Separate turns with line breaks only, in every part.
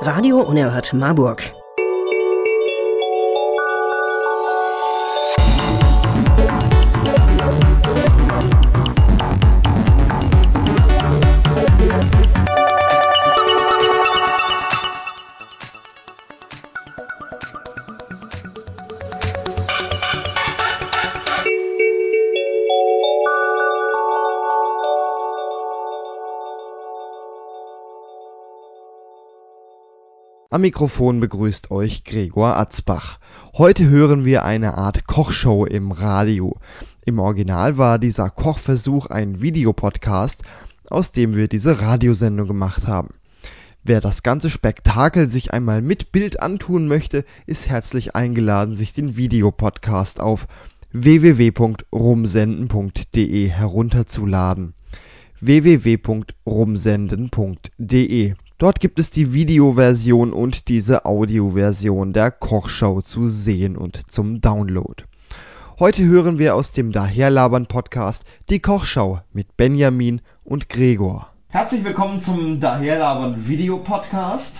Radio Unerhört Marburg.
Am Mikrofon begrüßt euch Gregor Atzbach. Heute hören wir eine Art Kochshow im Radio. Im Original war dieser Kochversuch ein Videopodcast, aus dem wir diese Radiosendung gemacht haben. Wer das ganze Spektakel sich einmal mit Bild antun möchte, ist herzlich eingeladen, sich den Videopodcast auf www.rumsenden.de herunterzuladen. www.rumsenden.de Dort gibt es die Videoversion und diese Audioversion der Kochshow zu sehen und zum Download. Heute hören wir aus dem Daherlabern Podcast die Kochschau mit Benjamin und Gregor. Herzlich willkommen zum Daherlabern Video Podcast.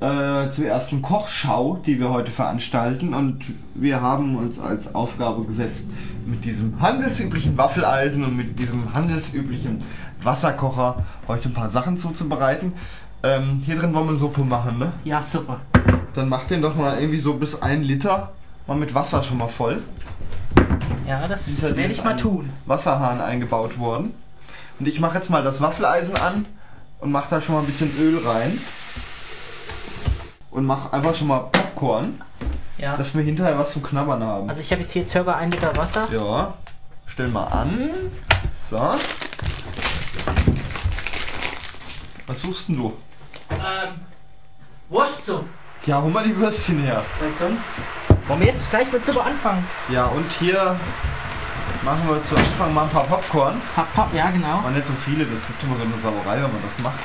Äh, zur ersten Kochschau, die wir heute veranstalten. Und wir haben uns als Aufgabe gesetzt, mit diesem handelsüblichen Waffeleisen und mit diesem handelsüblichen Wasserkocher heute ein paar Sachen zuzubereiten. Ähm, hier drin wollen wir Suppe machen, ne?
Ja, super.
Dann mach den doch mal irgendwie so bis ein Liter mal mit Wasser schon mal voll.
Ja, das
Hinter dir
werde
ist
ich mal
ein
tun.
Wasserhahn eingebaut worden. Und ich mache jetzt mal das Waffeleisen an und mache da schon mal ein bisschen Öl rein. Und mache einfach schon mal Popcorn,
Ja.
dass wir hinterher was zum Knabbern haben.
Also ich habe jetzt hier circa ein Liter Wasser.
ja, stell mal an. So. Was suchst denn du?
Ähm, Wurstsuppe.
Ja, hol mal die Würstchen her.
Weil sonst... Wollen wir jetzt gleich mit Suppe anfangen?
Ja, und hier machen wir zu Anfang mal ein paar Popcorn.
Pap, pap, ja genau.
Aber nicht so viele, das gibt immer so eine Sauerei, wenn man das macht.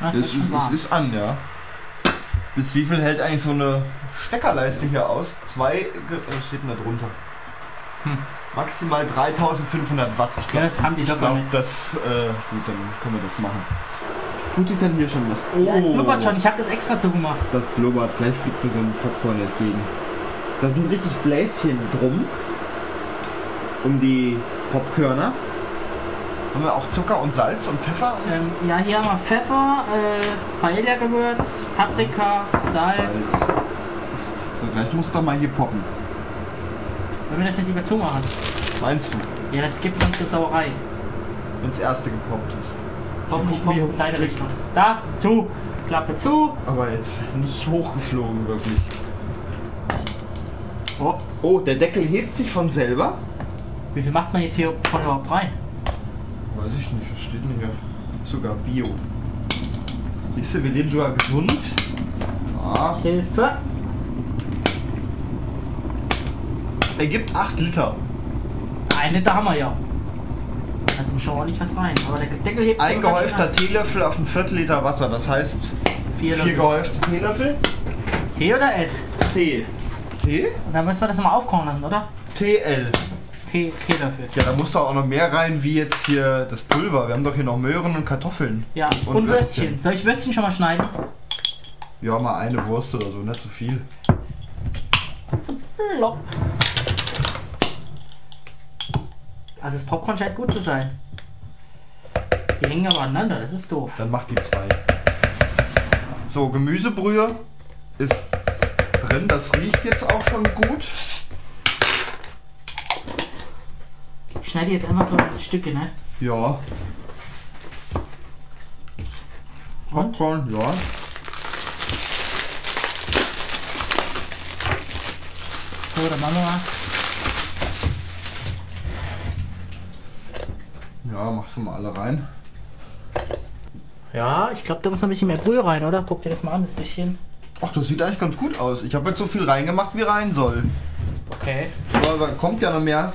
Das
Es
ist
ist,
schon
es
warm.
ist an, ja. Bis wie viel hält eigentlich so eine Steckerleiste hier aus? Zwei Ge- äh, steht denn da drunter?
Hm.
Maximal 3500 Watt. Ich
Ja,
glaube,
das haben die
ich
locker
glaub,
mit.
das. Äh, gut, dann können wir das machen. Tut sich denn hier schon was? Oh,
Ja, es blubbert schon. Ich habe das extra zugemacht.
das blubbert. Gleich fliegt mir so ein Popcorn entgegen. Da sind richtig Bläschen drum. Um die Popkörner. Haben wir auch Zucker und Salz und Pfeffer?
Ähm, ja, hier haben wir Pfeffer, äh, Paella-Gewürz, Paprika, Salz.
Salz. So, gleich muss doch mal hier poppen.
Wenn wir das nicht lieber zumachen.
Meinst du,
Ja, das gibt uns eine Sauerei.
wenn's erste gepoppt ist?
Hoffentlich
guck
kommt
mir-
es in deine Richtung. Da, zu, Klappe zu.
Aber jetzt nicht hochgeflogen wirklich.
Oh,
Oh, der Deckel hebt sich von selber?
wie viel macht man jetzt hier von überhaupt rein?
Weiß ich nicht, was steht denn hier? Sogar Bio. Siehst du, wir leben sogar gesund. Ah,
Hilfe.
er gibt 8 Liter.
Ein Liter haben wir ja. Also muss schon ordentlich was rein. Aber der Deckel hebt
Ein
sogar ganz
gehäufter Teelöffel auf ein Viertel Liter Wasser. Das heißt,
schön an.
vier
Vier Löffel.
gehäufte Teelöffel.
Tee oder S?
T. T?
Und dann müssen wir das nochmal aufkochen lassen, oder?
TL.
Tee, Teelöffel.
Ja, da muss doch auch noch mehr rein, wie jetzt hier das Pulver. Wir haben doch hier noch Möhren und Kartoffeln.
Ja, und,
Und Würstchen.
Würstchen. Soll ich Würstchen schon mal schneiden?
Ja, mal eine Wurst oder so, nicht zu viel.
Plopp. Also das Popcorn scheint gut zu sein. Die hängen aber aneinander, das ist doof.
Dann mach die zwei. So, Gemüsebrühe ist drin. Das riecht jetzt auch schon gut.
Ich schneide jetzt einfach so Stücke, ne?
Ja.
Und?
Popcorn, ja.
So, dann machen wir mal.
Ja, machst du mal alle rein.
Ja, ich glaube, da muss noch ein bisschen mehr Brühe rein, oder? Guck dir das mal an, das bisschen.
Ach, das sieht eigentlich ganz gut aus. Ich habe jetzt so viel reingemacht, wie rein soll.
Okay.
Aber da kommt ja noch mehr.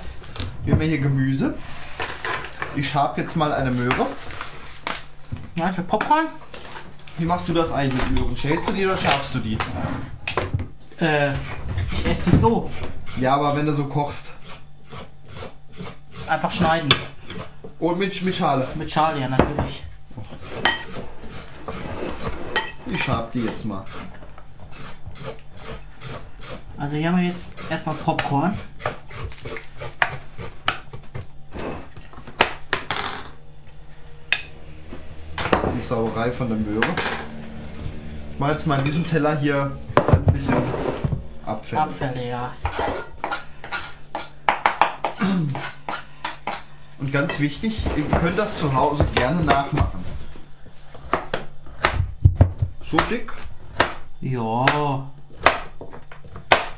Wir haben ja hier Gemüse. Ich schab jetzt mal eine Möhre.
Ja, für Popcorn?
Wie machst du das eigentlich mit Möhren? Schälst du die oder schabst du die?
Äh, ich esse die so.
Ja, aber wenn du so kochst.
Einfach schneiden.
Und mit, mit Schale.
Mit Schale, ja, natürlich.
Ich hab die jetzt mal.
Also hier haben wir jetzt erstmal Popcorn.
Die Sauerei von der Möhre. Ich mach jetzt mal in diesem Teller hier sämtliche Abfälle.
Abfälle, ja.
Und ganz wichtig, ihr könnt das zu Hause gerne nachmachen. So dick?
Ja.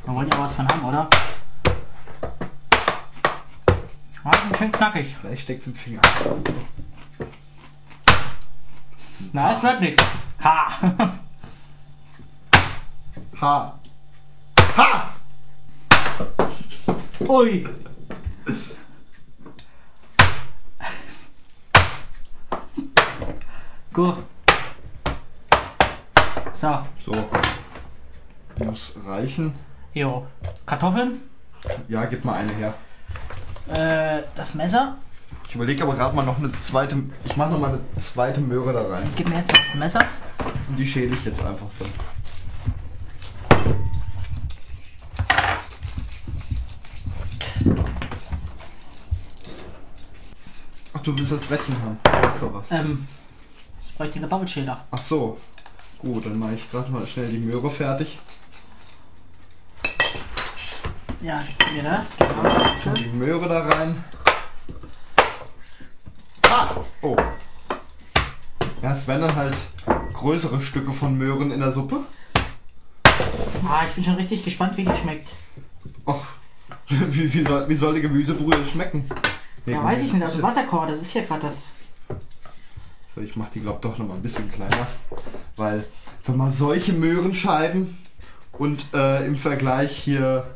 Man wollte ja was von haben, oder? Ja, Ah, ist schön knackig.
Vielleicht steckt's im Finger.
Na, es bleibt nichts. Ha!
Ha! Ha!
Ui! Gut. So,
So. Muss reichen.
jo. Kartoffeln,
Ja, gib mal eine her.
äh, das Messer.
Ich überlege aber gerade mal noch eine zweite. Ich mache noch mal eine zweite Möhre da rein.
Gib mir erstmal das Messer.
Und die schäle ich jetzt einfach dann. Ach, du willst das Brettchen haben. So was.
Ähm, ich bräuchte den Kartoffelschäler.
Ach so. Gut, dann mache ich gerade mal schnell die Möhre fertig.
Ja, gibst du mir das? Genau.
Tun die Möhre da rein. Ah! Oh. Ja, es werden dann halt größere Stücke von Möhren in der Suppe.
Ah, ich bin schon richtig gespannt, wie die schmeckt.
Och, wie, wie, soll, wie soll die Gemüsebrühe schmecken? Nee,
Ja, weiß ich nicht. Also
Gemüse-
Wasserkocher, das ist ja gerade das.
So, Ich mach die, glaub doch noch mal ein bisschen kleiner. Weil, wenn man solche Möhrenscheiben und äh, im Vergleich hier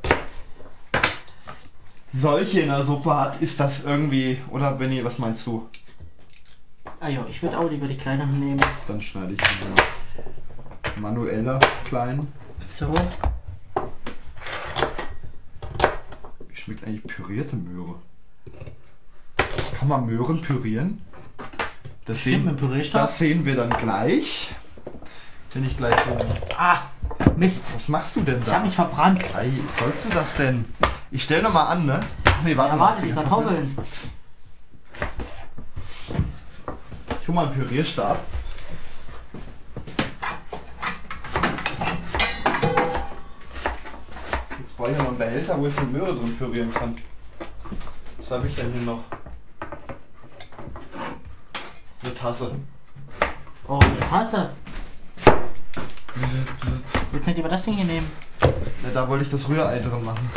solche in der Suppe hat, ist das irgendwie. Oder Benny, was meinst du?
Ah ja, ich würde auch lieber die kleineren nehmen.
Dann schneide ich die mal manueller klein.
So,
Wie schmeckt eigentlich pürierte Möhre? Kann man Möhren pürieren? Das
stimmt, mit
sehen,
dem Pürierstab.
das sehen wir dann gleich. Wenn ich gleich. äh,
Ah, Mist.
Was machst du denn
Ich habe
da?
mich verbrannt.
Ei, sollst du das denn? Ich stell noch mal an, ne? Ach nee, warte
Ja,
mal.
warte, die Kartoffeln.
Ich hol mal einen Pürierstab. Jetzt brauche ich noch einen Behälter, wo ich die Möhre drin pürieren kann. Was habe ich denn hier noch? Eine Tasse.
Oh, eine Tasse. Willst du nicht über das Ding hier nehmen?
Ja, da wollte ich das Rührei drin machen.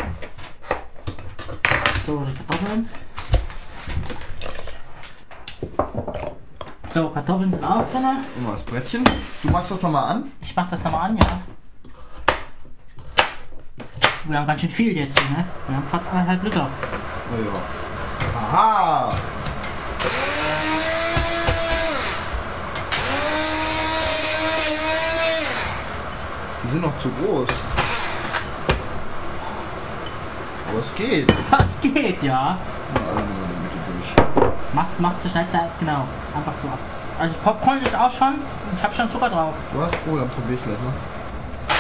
So, die Kartoffeln. So, Kartoffeln sind auch drin.
Guck mal, das Brettchen. Du machst das nochmal an?
Ich mach das nochmal an, ja. Oh, Wir haben ganz schön viel jetzt, hier, ne? Wir haben fast anderthalb Liter.
Oh ja. Aha! Die sind noch zu groß. Aber es geht.
Das geht, ja.
Na, alle mal in der Mitte durch.
Machst, machst du, schneidest du halt, genau. Einfach so ab. Also Popcorn ist auch schon, ich habe schon Zucker drauf.
Du hast? Oh, dann probier ich gleich mal.
Das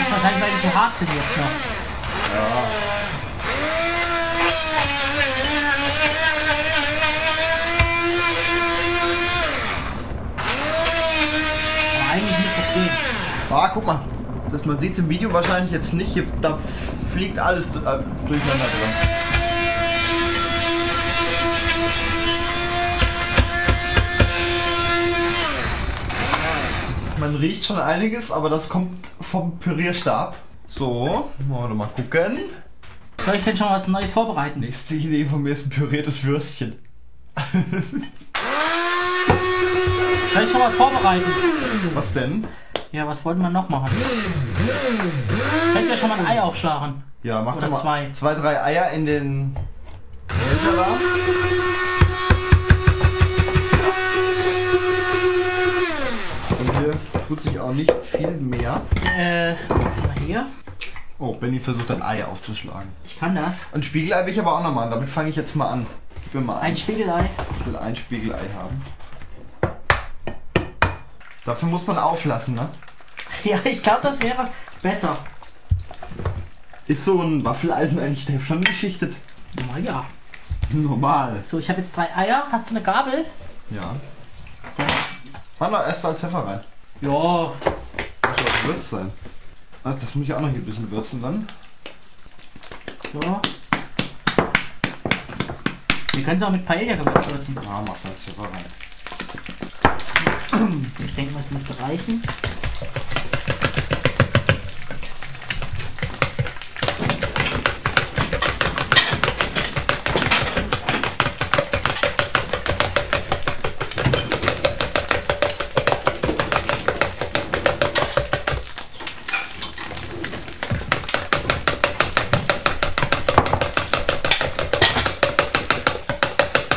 ist wahrscheinlich, weil die so hart sind jetzt noch. Aber eigentlich nicht verstehen.
Ah, guck mal. Das, man sieht es im Video wahrscheinlich jetzt nicht. Hier, da fliegt alles äh, durcheinander dran. Man riecht schon einiges, aber das kommt vom Pürierstab. So, wollen wir mal gucken.
Soll ich denn schon was Neues vorbereiten?
Nächste Idee von mir ist ein püriertes Würstchen.
Soll ich schon was vorbereiten?
Was denn?
Ja, was wollten wir noch machen? Könnt ihr schon mal ein Ei aufschlagen?
Ja, mach
Oder
doch mal
zwei.
zwei, drei Eier in den Behälter da. Und hier tut sich auch nicht viel mehr.
Äh, was ist mal hier?
Oh, Benny versucht ein Ei aufzuschlagen.
Ich kann das.
Und Spiegelei will ich aber auch noch machen. Damit fange ich jetzt mal an. Ich will mal
Ein
eins.
Spiegelei.
Ich will ein Spiegelei haben. Dafür muss man auflassen, ne?
Ja, ich glaube, das wäre besser.
Ist so ein Waffeleisen eigentlich der schon geschichtet?
Na ja.
Normal.
So, ich habe jetzt drei Eier. Hast du eine Gabel?
Ja. Wann noch erst als Pfeffer rein?
Ja.
Das soll gewürzt sein. Ah, das muss ich auch noch hier ein bisschen würzen dann.
So. Wir können es auch mit Paella gewürzt würzen.
Ah, machst du als Pfeffer rein.
Ich denke mal, es müsste reichen.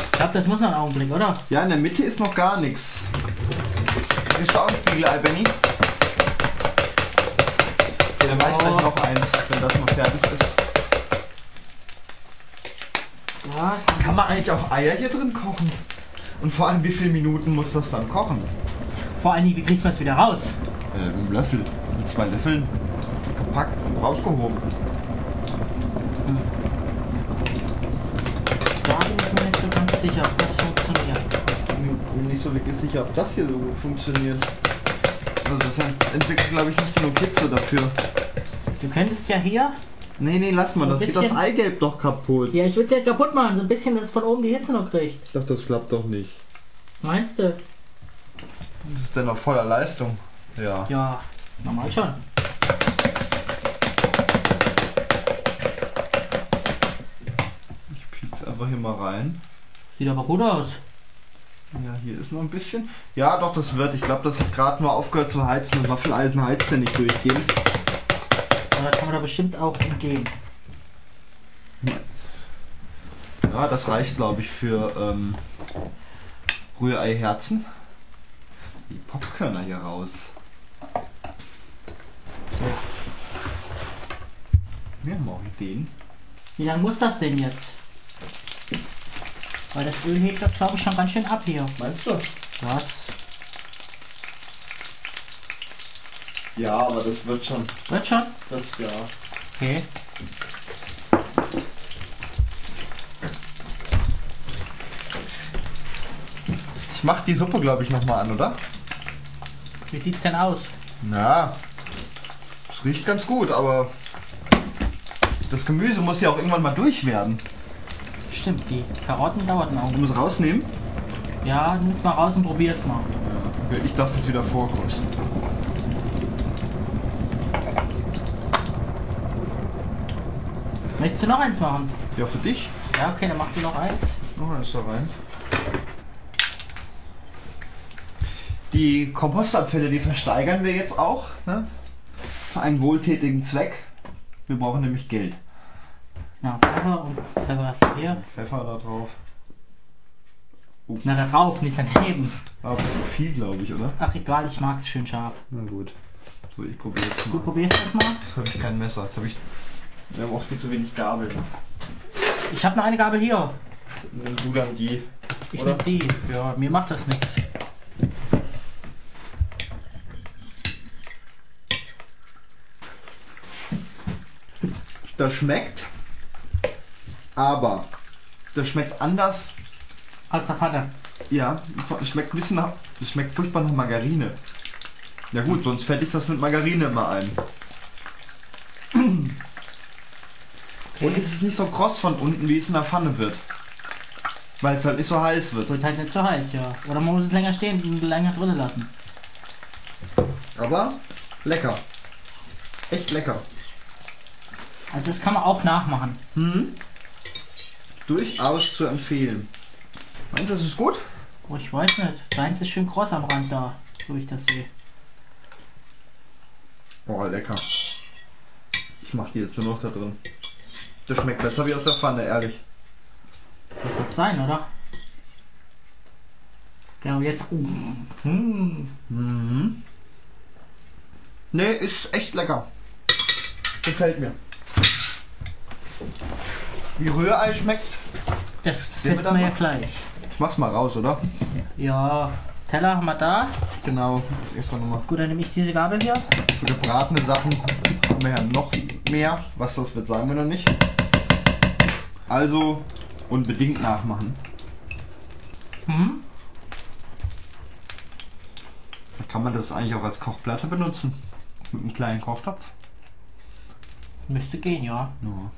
Ich glaube, das muss noch einen Augenblick, oder?
Ja, in der Mitte ist noch gar nichts. Hier ist auch ein Spiegelei, Benny. Okay, dann mache ich gleich noch eins, wenn das noch fertig ist.
Ja,
Kann man eigentlich auch Eier hier drin kochen? Und vor allem, wie viele Minuten muss das dann kochen?
vor allen Dingen, wie kriegt man es wieder raus?
Äh, mit einem Löffel. Mit zwei Löffeln. Gepackt und rausgehoben.
Da bin ich mir nicht so ganz sicher, ob das funktioniert.
Ich bin nicht so wirklich sicher, ob das hier so gut funktioniert. Also das entwickelt, glaube ich, nicht genug Hitze dafür.
Du könntest ja hier.
Nee, nee, lass mal,
Ein
das geht das
bisschen-
Eigelb doch kaputt.
Ja, ich würde es ja kaputt machen, so ein bisschen, dass es von oben die Hitze noch kriegt.
Ich dachte, das klappt doch nicht.
Meinst du?
Das ist denn noch voller Leistung. Ja.
Ja, normal schon.
Ich piek's einfach hier mal rein.
Sieht aber gut aus.
Ja, hier ist noch ein bisschen. Ja, doch, das wird. Ich glaube, das hat gerade nur aufgehört zu heizen. Ein Waffeleisen heizt ja nicht durchgehend.
Aber da kann man da bestimmt auch umgehen.
Ja, das reicht, glaube ich, für ähm, Rührei-Herzen. Die Popkörner hier raus. So. Wir haben auch Ideen.
Wie lange muss das denn jetzt? Weil das Öl hebt das, glaube ich, schon ganz schön ab hier.
Meinst du?
Das
Ja, aber das wird schon.
wird schon.
Das ja.
Okay.
Ich mach die Suppe, glaube ich, nochmal an, oder?
Wie sieht's denn aus?
Ja. Es riecht ganz gut, aber das Gemüse muss ja auch irgendwann mal durch werden.
Stimmt, die Karotten dauert einen
Du
Augenblick.
musst rausnehmen.
Ja, nimm's mal raus und probier's mal.
Ich darf es wieder vorkosten.
Möchtest du noch eins machen?
Ja, für dich.
Ja, okay, dann mach du noch eins.
Noch eins da rein. Die Kompostabfälle, die versteigern wir jetzt auch. Ne? Für einen wohltätigen Zweck. Wir brauchen nämlich Geld.
Na, Pfeffer und Pfeffer hast du hier.
Pfeffer da drauf.
Na, da drauf, nicht daneben.
War ein bisschen viel, glaube ich, oder?
Ach, egal, ich mag's schön scharf.
Na gut. So, ich probiere jetzt
Du
mal.
probierst das mal.
Jetzt habe ich kein Messer. Jetzt habe ich. Wir haben auch viel zu wenig Gabel.
Ich habe noch eine Gabel hier.
Nimm du dann die.
Ich
Oder?
nehm die. Ja, mir macht das nichts.
Das schmeckt. Aber. Das schmeckt anders
Aus der Pfanne.
Ja, es schmeckt ein bisschen nach. Es schmeckt furchtbar nach Margarine. Ja gut, sonst fette ich das mit Margarine immer ein. Und es ist nicht so kross von unten, wie es in der Pfanne wird. Weil es halt nicht so heiß wird.
Wird halt nicht so heiß, ja. Oder man muss es länger stehen und länger drinnen lassen.
Aber lecker. Echt lecker.
Also das kann man auch nachmachen.
Hm. Durchaus zu empfehlen. Meinst du, das ist gut?
Oh, ich weiß nicht. Deins ist schön kross am Rand da, so wie ich das sehe.
Boah, lecker. Ich mach die jetzt nur noch da drin. Das schmeckt besser wie aus der Pfanne, ehrlich.
Das wird sein, oder? Ja, und jetzt. Uh, hm.
Mhm. Nee, ist echt lecker. Gefällt mir. Wie Rührei schmeckt,
Das
Sehen wir
testen
dann
wir ja
noch?
gleich.
Ich mach's mal raus, oder?
Ja, Teller haben wir da.
Genau. Extra nochmal
Gut, dann nehme ich diese Gabel hier.
für gebratene Sachen haben wir ja noch mehr. Was das wird, sagen wir noch nicht. Also unbedingt nachmachen.
Hm?
Kann man das eigentlich auch als Kochplatte benutzen? Mit einem kleinen Kochtopf?
Müsste gehen, ja.
Ja.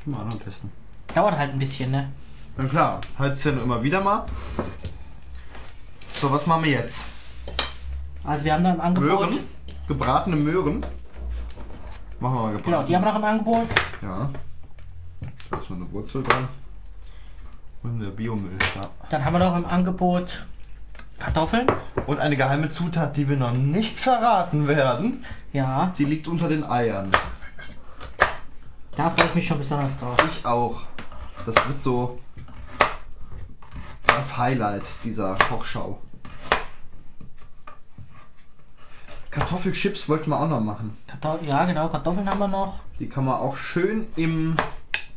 Ich mal an und testen.
Dauert halt ein bisschen, ne?
Na klar, halt's ja nur immer wieder mal. So, was machen wir jetzt?
Also wir haben da im Angebot.
Möhren, gebratene Möhren. Machen wir mal
Genau,
gebraten.
die haben wir noch im Angebot.
Ja. Da ist noch eine Wurzel dran. Und der Biomüll. Ja.
Dann haben wir noch im Angebot Kartoffeln.
Und eine geheime Zutat, die wir noch nicht verraten werden.
Ja,
Die liegt unter den Eiern.
da freue ich mich schon besonders drauf.
Ich auch. Das wird so das Highlight dieser Kochschau. Kartoffelchips wollten wir auch noch machen.
Kartoffel, ja, genau, Kartoffeln haben wir noch.
Die kann man auch schön im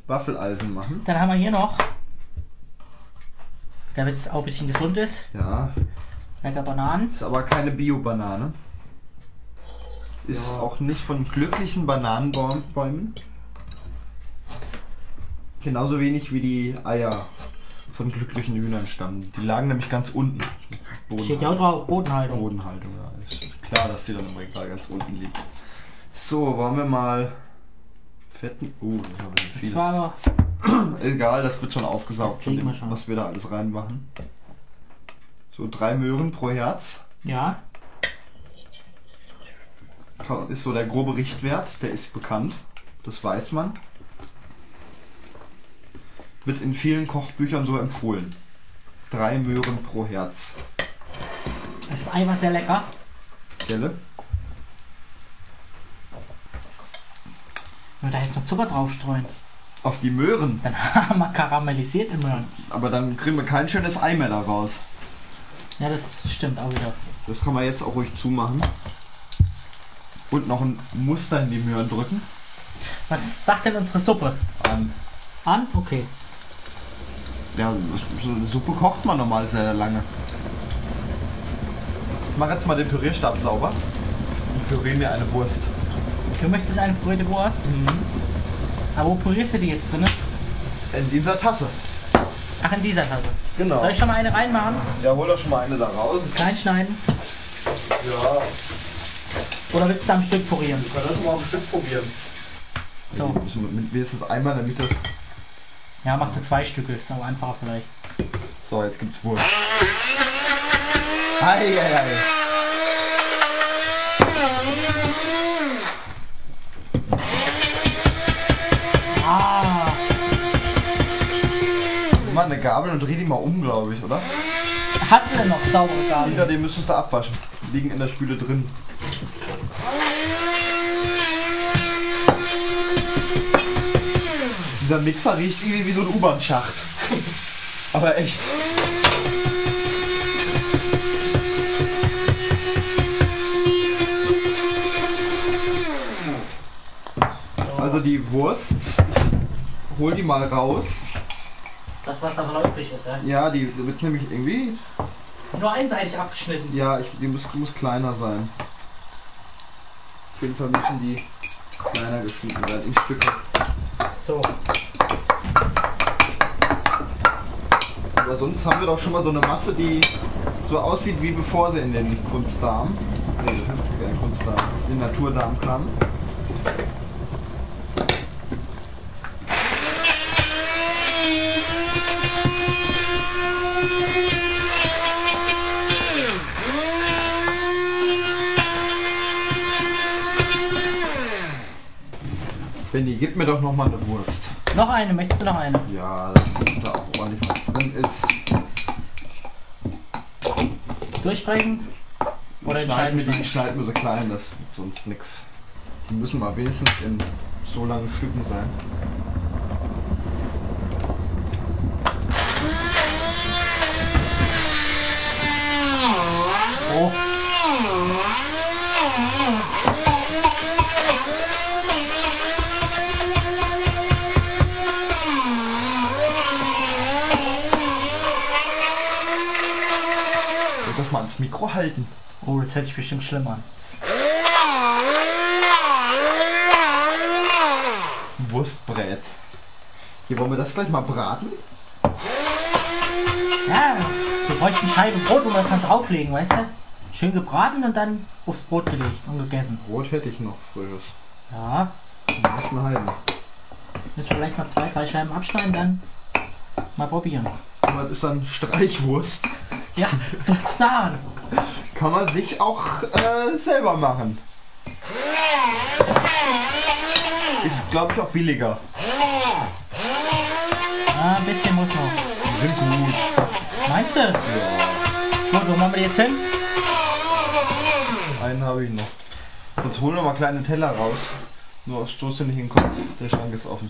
Waffeleisen machen.
Dann haben wir hier noch, damit es auch ein bisschen gesund ist,
Ja,
lecker Bananen.
ist aber keine Bio-Banane. Ist
Ja.
auch nicht von glücklichen Bananenbäumen. Genauso wenig wie die Eier von glücklichen Hühnern stammen. Die lagen nämlich ganz unten.
Steht ja auch drauf, Bodenhaltung.
Bodenhaltung. Ja. Ist klar, dass die dann im Regal ganz unten liegt. So, wollen wir mal fetten. Oh, das war ein bisschen
Das
viel.
war aber,
Egal, das wird schon aufgesaugt
Das
von
kriegen
dem,
wir schon.
was wir da alles reinmachen. So drei Möhren pro Herz.
ja,
Ist so der grobe Richtwert, der ist bekannt. Das weiß man. Wird in vielen Kochbüchern so empfohlen. Drei Möhren pro Herz.
das ist einfach sehr lecker.
Gelle?
Wenn wir da jetzt noch Zucker draufstreuen,
Auf die Möhren.
dann haben wir karamellisierte Möhren.
Aber dann kriegen wir kein schönes Ei mehr daraus.
Ja, das stimmt auch wieder.
Das kann man jetzt auch ruhig zumachen. Und noch ein Muster in die Möhren drücken.
Was ist, sagt denn unsere Suppe?
An.
An? Okay.
Ja, so eine Suppe kocht man normal sehr lange. Ich mache jetzt mal den Pürierstab sauber. Und püriere mir eine Wurst.
Du möchtest eine pürierte Wurst?
Mhm.
Aber wo pürierst du die jetzt drin?
In dieser Tasse.
Ach, in dieser Tasse.
Genau.
Soll ich schon mal eine reinmachen?
Ja, hol doch schon mal eine da raus.
Kleinschneiden?
Ja,
Oder willst du am Stück pürieren?
wir können das mal auf ein Stück probieren.
So.
Wir müssen mit wenigstens einmal in der Mitte.
Ja, machst du zwei Stücke. Ist aber einfacher vielleicht.
So, jetzt gibt's Wurst. Eieiei.
Ah,
Nimm mal eine Gabel und dreh die mal um, glaube ich, oder?
hatten wir noch saubere
Hinter
Gabel?
dem müsstest du abwaschen. Die liegen in der Spüle drin. Dieser Mixer riecht irgendwie wie so ein U-Bahn-Schacht. Aber echt. Also die Wurst, ich hol die mal raus.
Das, was davon noch übrig ist, ja?
Ja, die wird nämlich irgendwie
Nur einseitig abgeschnitten.
ja, ich, die muss, muss kleiner sein. Auf jeden Fall müssen die kleiner geschnitten werden, in Stücke.
So.
Aber sonst haben wir doch schon mal so eine Masse, die so aussieht, wie bevor sie in den Kunstdarm, nee, das ist kein Kunstdarm, in den Naturdarm kam. Benny, gib mir doch noch mal eine Wurst.
Noch eine. Möchtest du noch eine?
Ja, da kommt da auch ordentlich was drin ist.
Durchbrechen? Oder
Ich schneide mir
entscheiden?
die schneiden wir so klein, das wird sonst nix. Die müssen mal wenigstens in so langen Stücken sein.
Oh.
das mal ans Mikro halten.
Oh, jetzt hätte ich bestimmt schlimm an.
Wurstbrät. Hier wollen wir das gleich mal braten.
Ja, wir bräuchten Scheiben Brot, wo wir es dann drauflegen, weißt du? Schön gebraten und dann aufs Brot gelegt und gegessen.
Brot hätte ich noch frisches.
Ja,
Mal Schneiden.
jetzt vielleicht mal zwei, drei Scheiben abschneiden, dann mal probieren.
Und das ist dann Streichwurst.
Ja, sozusagen.
Kann man sich auch äh, selber machen. Ist, glaube ich, auch billiger.
Ja, Ah, ein bisschen muss noch.
Die sind gut.
Meinst du? Ja. Gut, wo machen wir die jetzt hin?
Einen habe ich noch. Sonst holen wir mal kleine Teller raus. Nur stoß dir nicht in den Kopf. Der Schrank ist offen.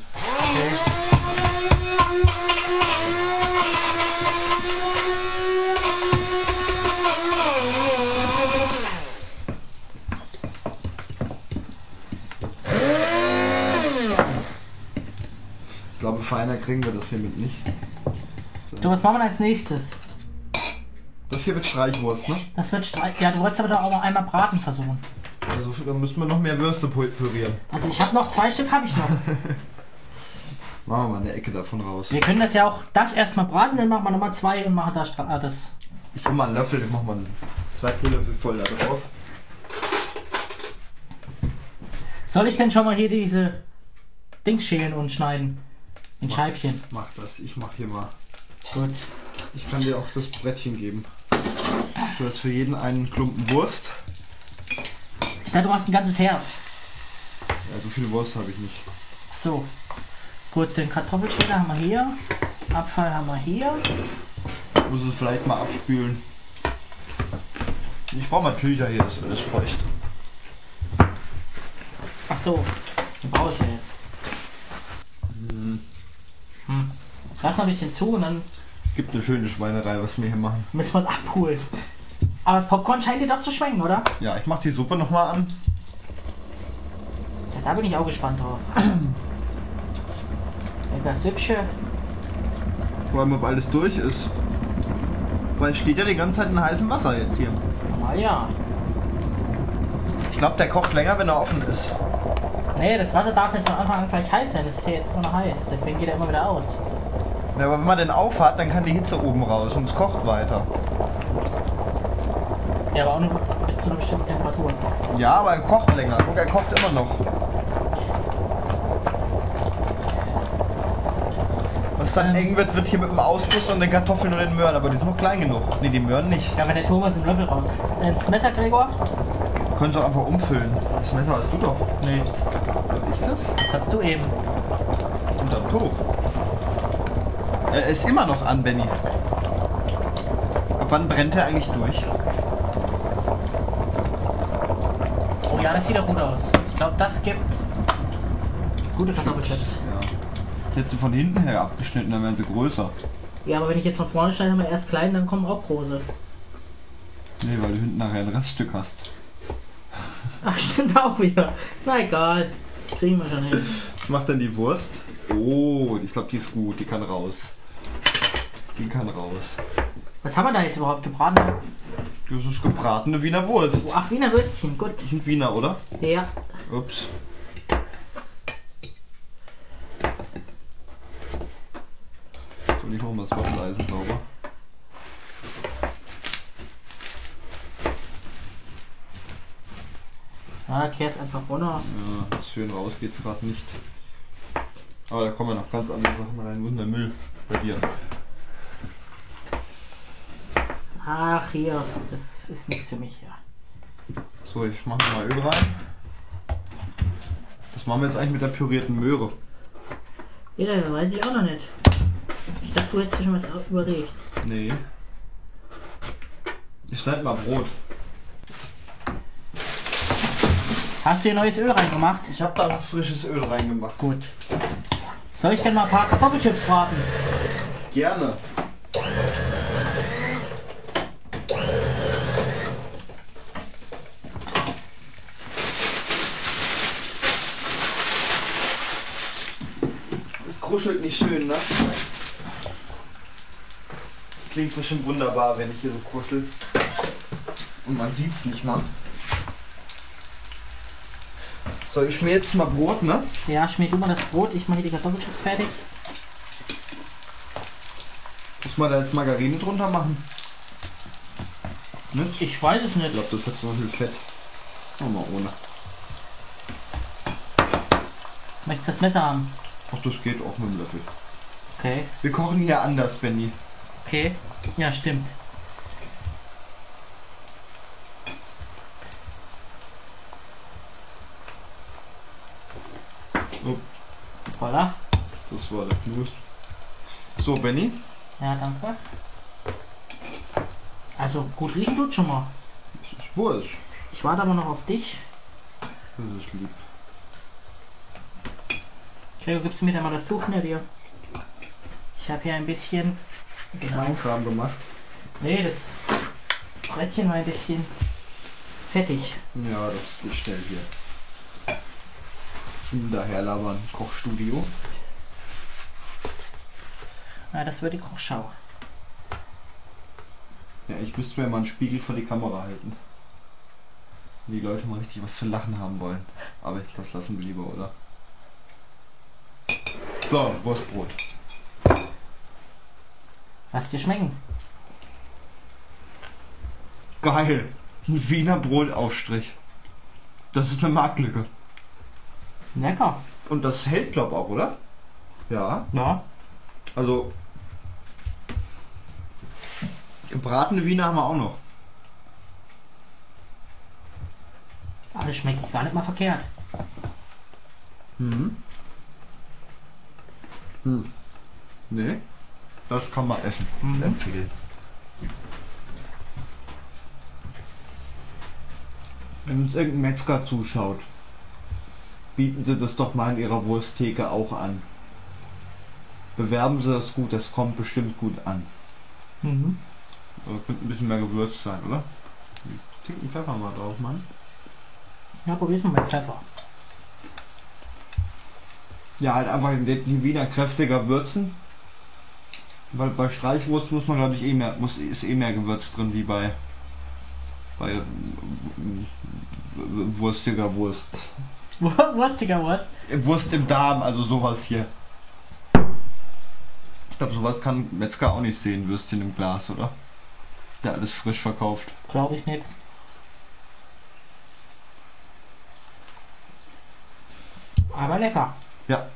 Ich glaube, feiner kriegen wir das hiermit nicht.
Du, was machen wir denn als nächstes?
Das hier wird Streichwurst, ne?
Das wird Streit. Ja, du wolltest aber doch auch mal einmal braten versuchen.
Also da müssen wir noch mehr Würste pul- pürieren.
Also ich habe noch zwei Stück, habe ich noch.
Machen wir mal eine Ecke davon raus.
Wir können das ja auch das erstmal braten, dann machen wir nochmal zwei und machen da Stra ah, das.
Ich hol mal einen Löffel, ich mach mal einen- zwei Teelöffel voll da drauf.
Soll ich denn schon mal hier diese Dings schälen und schneiden? In Scheibchen.
Mach das, ich mach hier mal.
Gut.
Ich kann dir auch das Brettchen geben. Du hast für jeden einen Klumpen Wurst.
Ich dachte, du hast ein ganzes Herz.
Ja, so viel Wurst habe ich nicht.
So. Gut, den Kartoffelschäler haben wir hier. Abfall haben wir hier.
Ich muss es vielleicht mal abspülen. Ich brauche mal Tücher hier, das ist alles feucht.
Ach so. Den brauche ich ja jetzt. Hm. Lass noch ein bisschen zu und dann
Es gibt eine schöne Schweinerei, was wir hier machen.
müssen wir es abholen. Aber das Popcorn scheint dir doch zu schwenken, oder?
Ja, ich mache die Suppe nochmal an.
Ja, da bin ich auch gespannt drauf. Etwas hübsche.
Vor allem, ob alles durch ist. Weil es steht ja die ganze Zeit in heißem Wasser jetzt hier.
Ah ja.
Ich glaube, der kocht länger, wenn er offen ist.
Nee, das Wasser darf nicht von Anfang an gleich heiß sein. Das ist ja jetzt ohne heiß. Deswegen geht er immer wieder aus.
Ja, aber wenn man den auf hat, dann kann die Hitze oben raus und es kocht weiter.
Ja, aber auch nur bis zu einer bestimmten Temperatur.
Ja, aber er kocht länger. Guck, er kocht immer noch. Was dann eng wird, wird hier mit dem Ausguss und den Kartoffeln und den Möhren. Aber die sind noch klein genug. Ne, die Möhren nicht.
Ja, wenn der Thomas im Löffel raus. Äh, Das Messer, Gregor?
Können sie auch einfach umfüllen. Das Messer hast du doch.
Nee,
Hab ich das?
das hast du eben.
Unterm Tuch. Er ist immer noch an, Benny. Ab wann brennt er eigentlich durch?
Oh ja, das sieht doch gut aus. Ich glaube, das gibt gute Kartoffelchips.
Ja. Ich hätte sie von hinten her abgeschnitten, dann wären sie größer.
Ja, aber wenn ich jetzt von vorne schneide, haben wir erst klein, dann kommen auch große.
Nee, weil du hinten nachher ein Reststück hast.
Ach, stimmt auch wieder. Na egal. Kriegen wir schon hin.
Was macht denn die Wurst? Oh, ich glaube, die ist gut. Die kann raus. Die kann raus.
Was haben wir da jetzt überhaupt gebraten?
Das ist gebratene Wiener Wurst.
Oh, ach, Wiener Würstchen. Gut.
Die sind Wiener, oder?
Ja.
Ups. So, ich mach mal das Waffeleisen sauber.
Ah, kehr's einfach runter.
Ja, das schön raus geht's gerade nicht. Aber da kommen ja noch ganz andere Sachen rein. Wo ist denn der Müll bei dir?
Ach, hier. Das ist nichts für mich, ja.
So, ich mache mal Öl rein. Was machen wir jetzt eigentlich mit der pürierten Möhre?
Jeder, weiß ich auch noch nicht. Ich dachte, du hättest dir schon was au- überlegt.
Nee. Ich schneide mal Brot.
Hast du hier neues Öl reingemacht?
Ich habe da noch frisches Öl reingemacht.
Gut. Soll ich denn mal ein paar Kartoffelchips braten?
Gerne. Es kruschelt nicht schön, ne? Klingt bestimmt wunderbar, wenn ich hier so kruschel. Und man sieht's nicht ne? mal. So, ich schmier jetzt mal Brot, ne?
Ja, schmiert immer das Brot. Ich mache die Kartoffelchips fertig.
Muss man da jetzt Margarine drunter machen? Ne?
Ich weiß es
Ich
nicht.
glaube, das hat so viel Fett. Mach mal ohne.
Möchtest du das Messer haben?
Ach, das geht auch mit dem Löffel.
Okay,
Wir kochen hier anders, Benny.
okay. Ja, stimmt.
Oh.
Voila.
Das war der Knus. So, Benny.
Ja, danke. Also gut liegen tut schon mal.
Das ist Wurst.
Ich warte aber noch auf dich.
Das ist lieb.
Gregor, gibst du mir da mal das Tuch hinter dir? Ich habe hier ein bisschen. Genau.
Kram gemacht.
Nee, das Brettchen war ein bisschen fettig.
Ja, das geht schnell hier. Hm, Daherlabern, Kochstudio.
Ja, das wird die Kochschau.
Ja, ich müsste mir mal einen Spiegel vor die Kamera halten. Wenn die Leute mal richtig was zu lachen haben wollen. Aber ich- das lassen wir lieber, oder? So, Wurstbrot.
Lass dir schmecken.
Geil. Ein Wiener Brotaufstrich. Das ist eine Marktlücke.
Lecker.
Und das hält, glaub auch, oder? Ja,
Ja.
also. Gebratene Wiener haben wir auch noch.
Alles schmeckt gar nicht mal verkehrt.
Mhm. Hm. Nee, das kann man essen.
Mhm.
Empfehlen. Wenn uns irgendein Metzger zuschaut, bieten Sie das doch mal in Ihrer Wursttheke auch an. Bewerben Sie das gut, das kommt bestimmt gut an.
Mhm.
Aber könnte ein bisschen mehr gewürzt sein, oder? Tinken Pfeffer mal drauf, Mann.
Ja, probier's mal mit Pfeffer.
Ja, halt einfach die die Wiener kräftiger würzen. Weil bei Streichwurst muss man, glaube ich, eh mehr, muss, ist eh mehr Gewürz drin wie bei, bei ähm, w- wurstiger Wurst.
Wurstiger Wurst.
Äh, Wurst im Darm, also sowas hier. Ich glaube, sowas kann Metzger auch nicht sehen, Würstchen im Glas, oder? Der alles frisch verkauft.
Glaube ich nicht. Aber lecker.
Ja.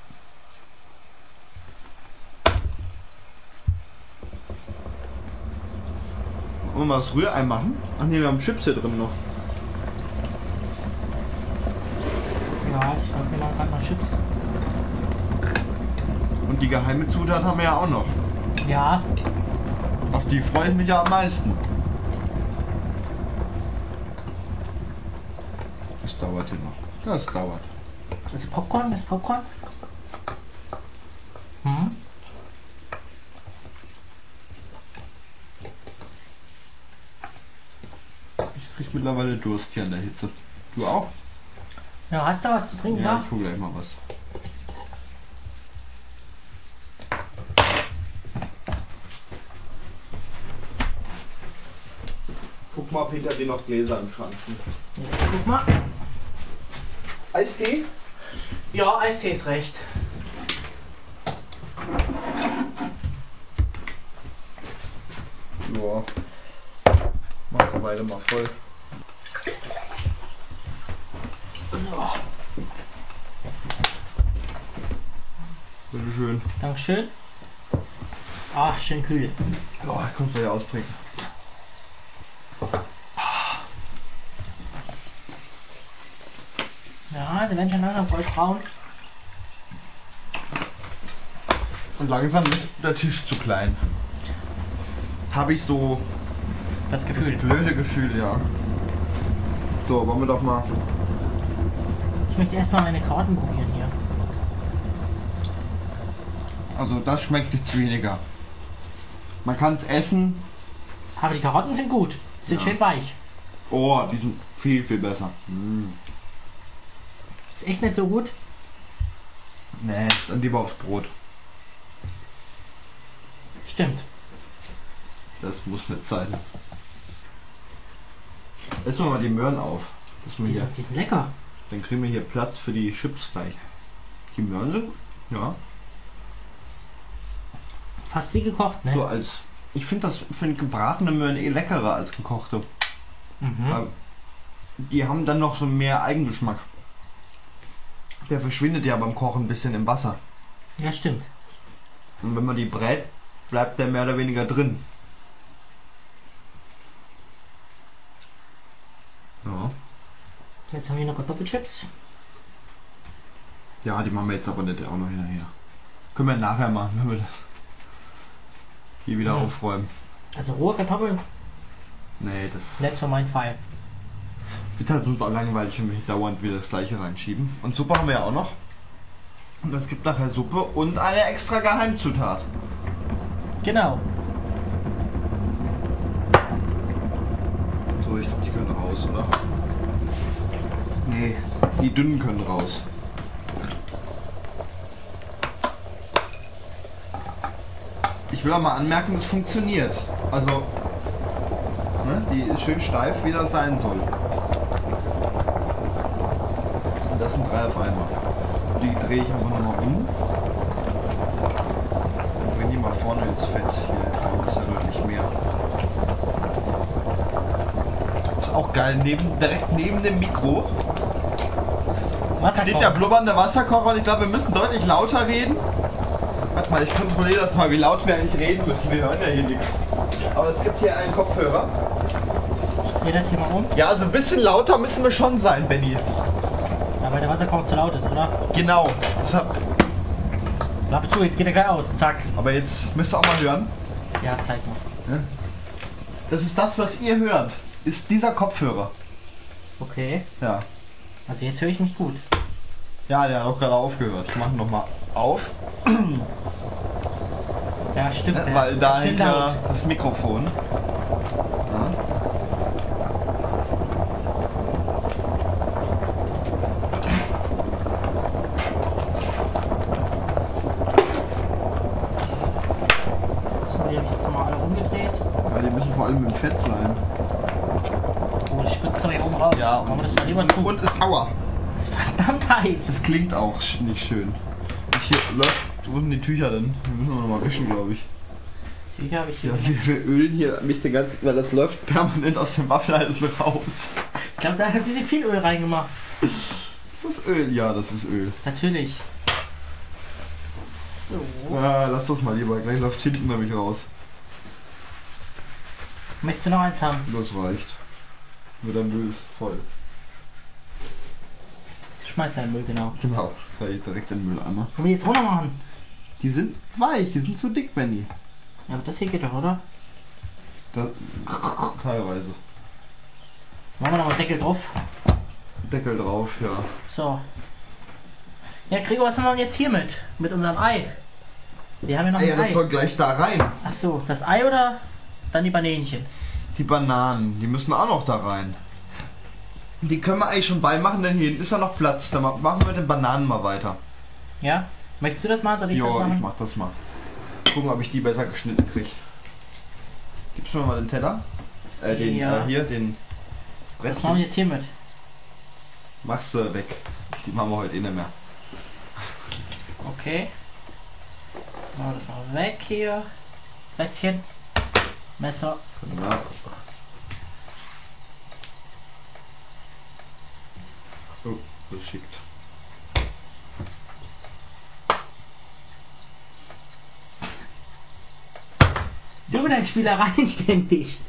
Wollen wir mal das Rührei machen? Ach ne, wir haben Chips hier drin noch.
Ja, ich glaube, wir machen gerade mal Chips.
Und die geheime Zutat haben wir ja auch noch.
Ja,
Auf die freue ich mich ja am meisten. Das dauert hier noch. Das dauert.
das ist Popcorn, das ist Popcorn. Hm?
Ich krieg mittlerweile Durst hier an der Hitze. Du auch?
Ja, hast du was zu trinken?
Ja,
Ja.
ich hol gleich mal was. Guck mal, Peter, wie noch Gläser im Schrank sind.
Guck mal.
Eistee?
Ja, Eistee ist recht.
Ja. Machst du beide mal voll.
So,
Bitteschön.
Dankeschön. Ach, schön kühl.
Ja, kannst du ja austrinken.
Ja, sie werden schon langsam goldbraun.
Und langsam wird der Tisch zu klein. Habe ich so
Das
das
Gefühl.
blöde Gefühl, ja. So, wollen wir doch mal.
Ich möchte erstmal meine Karten probieren hier.
Also, das schmeckt jetzt weniger. Man kann es essen,
Aber die Karotten sind gut. Sind
Ja.
schön weich.
Oh, die sind viel, viel besser.
Ist echt nicht so gut.
Nee, dann lieber aufs Brot.
Stimmt.
Das muss nicht sein. Essen wir mal die Möhren auf. Dass wir
Die,
hier,
sind, die sind lecker.
dann kriegen wir hier Platz für die Chips gleich. Die Möhren sind, ja,
Fast wie gekocht, ne?
so als. Ich finde das finde gebratene Möhren eh leckerer als gekochte.
Mhm.
Die haben dann noch so mehr Eigengeschmack. Der verschwindet ja beim Kochen ein bisschen im Wasser.
Ja, stimmt.
Und wenn man die brät, bleibt der mehr oder weniger drin. Ja.
Jetzt haben wir noch Kartoffelchips.
ja, die machen wir jetzt aber nicht auch noch hinterher. Können wir nachher machen, wenn wir das hier wieder
Mhm.
aufräumen.
Also rohe Kartoffeln,
Nee, das
that's for mein Fall.
wird halt sonst auch langweilig, wenn wir hier dauernd wieder das gleiche reinschieben. Und Suppe haben wir ja auch noch. Und es gibt nachher Suppe und eine extra Geheimzutat.
Genau.
So, ich glaube, die können raus, oder? Nee, die dünnen können raus. Ich will auch mal anmerken, es funktioniert. Also, ne, die ist schön steif, wie das sein soll. Und das sind drei auf einmal. Die drehe ich einfach nochmal um. Und bring die mal vorne ins Fett. Hier vorne ist ja gar nicht mehr. Ist auch geil, neben, direkt neben dem Mikro
Wasser
steht der
kochen.
blubbernde Wasserkocher und ich glaube, wir müssen deutlich lauter reden. Warte mal, ich kontrolliere das mal, wie laut wir eigentlich reden müssen. Wir hören ja hier nichts. Aber es gibt hier einen Kopfhörer.
Dreht das hier mal um.
Ja, also ein bisschen lauter müssen wir schon sein, Benny.
Ja, weil der Wasserkocher zu laut ist, oder?
Genau. Deshalb,
Klappe zu, jetzt geht er gleich aus. Zack.
aber jetzt müsst ihr auch mal hören.
Ja, zeig mal.
Das ist das, was ihr hört. Ist dieser Kopfhörer.
Okay.
Ja.
Also jetzt höre ich mich gut.
Ja, der hat auch gerade aufgehört. Ich mache nochmal auf,
Ja, stimmt.
ne?
ja.
weil
Ist
da
schön
hinter
laut.
das Mikrofon. Ja.
So, die habe ich jetzt mal alle rumgedreht.
Ja, die müssen vor allem im Fett sein.
Oh, das spritzt doch hier oben raus.
Ja,
und
und,
das
es
ist lieber
ist,
zu.
und ist aua.
verdammt heiß.
Es klingt auch sch- nicht schön. Und hier läuft unten die Tücher denn. Die müssen wir nochmal wischen, glaube ich.
Hier habe ich hier.
Ja, wir, wir ölen hier mich den ganzen, weil das läuft permanent aus dem Waffeleisen raus.
Ich glaube, da hat ein bisschen viel Öl reingemacht.
Ist das Öl? Ja, das ist Öl.
Natürlich. So.
Ah, lass das mal lieber, gleich läuft hinten nämlich raus.
Möchtest du noch eins haben?
Das reicht. Nur dein Müll ist voll.
Schmeiß deinen Müll, genau.
Genau. Gleich direkt in den Mülleimer.
Können wir jetzt runter machen?
Die sind weich, die sind zu dick, Benny.
Ja, aber das hier geht doch, oder?
Da, teilweise.
Machen wir nochmal Deckel drauf.
Deckel drauf, ja.
So. Ja, Gregor, was machen wir jetzt hier mit? Mit unserem Ei. Wir haben ja noch
Ey, Ah ja,
ein
das
Ei.
soll gleich da rein.
Ach so, das Ei oder dann die Bananenchen?
Die Bananen, die müssen auch noch da rein. Die können wir eigentlich schon beimachen, denn hier hinten ist ja noch Platz. Dann ma- machen wir mit den Bananen mal weiter.
Ja? Möchtest du das machen? Soll ich das
Jo,
machen?
ich mach das mal. Gucken, ob ich die besser geschnitten kriege. Gibst du mir mal den Teller? Äh, den,
Ja.
äh, hier, den
Was machen wir
Brettchen.
jetzt hier mit?
Machst du weg. Die machen wir heute eh nicht mehr.
Okay. Machen wir das mal weg hier. Bettchen. Messer.
Ja. Oh, geschickt.
Du mit deinen Spielereien ständig.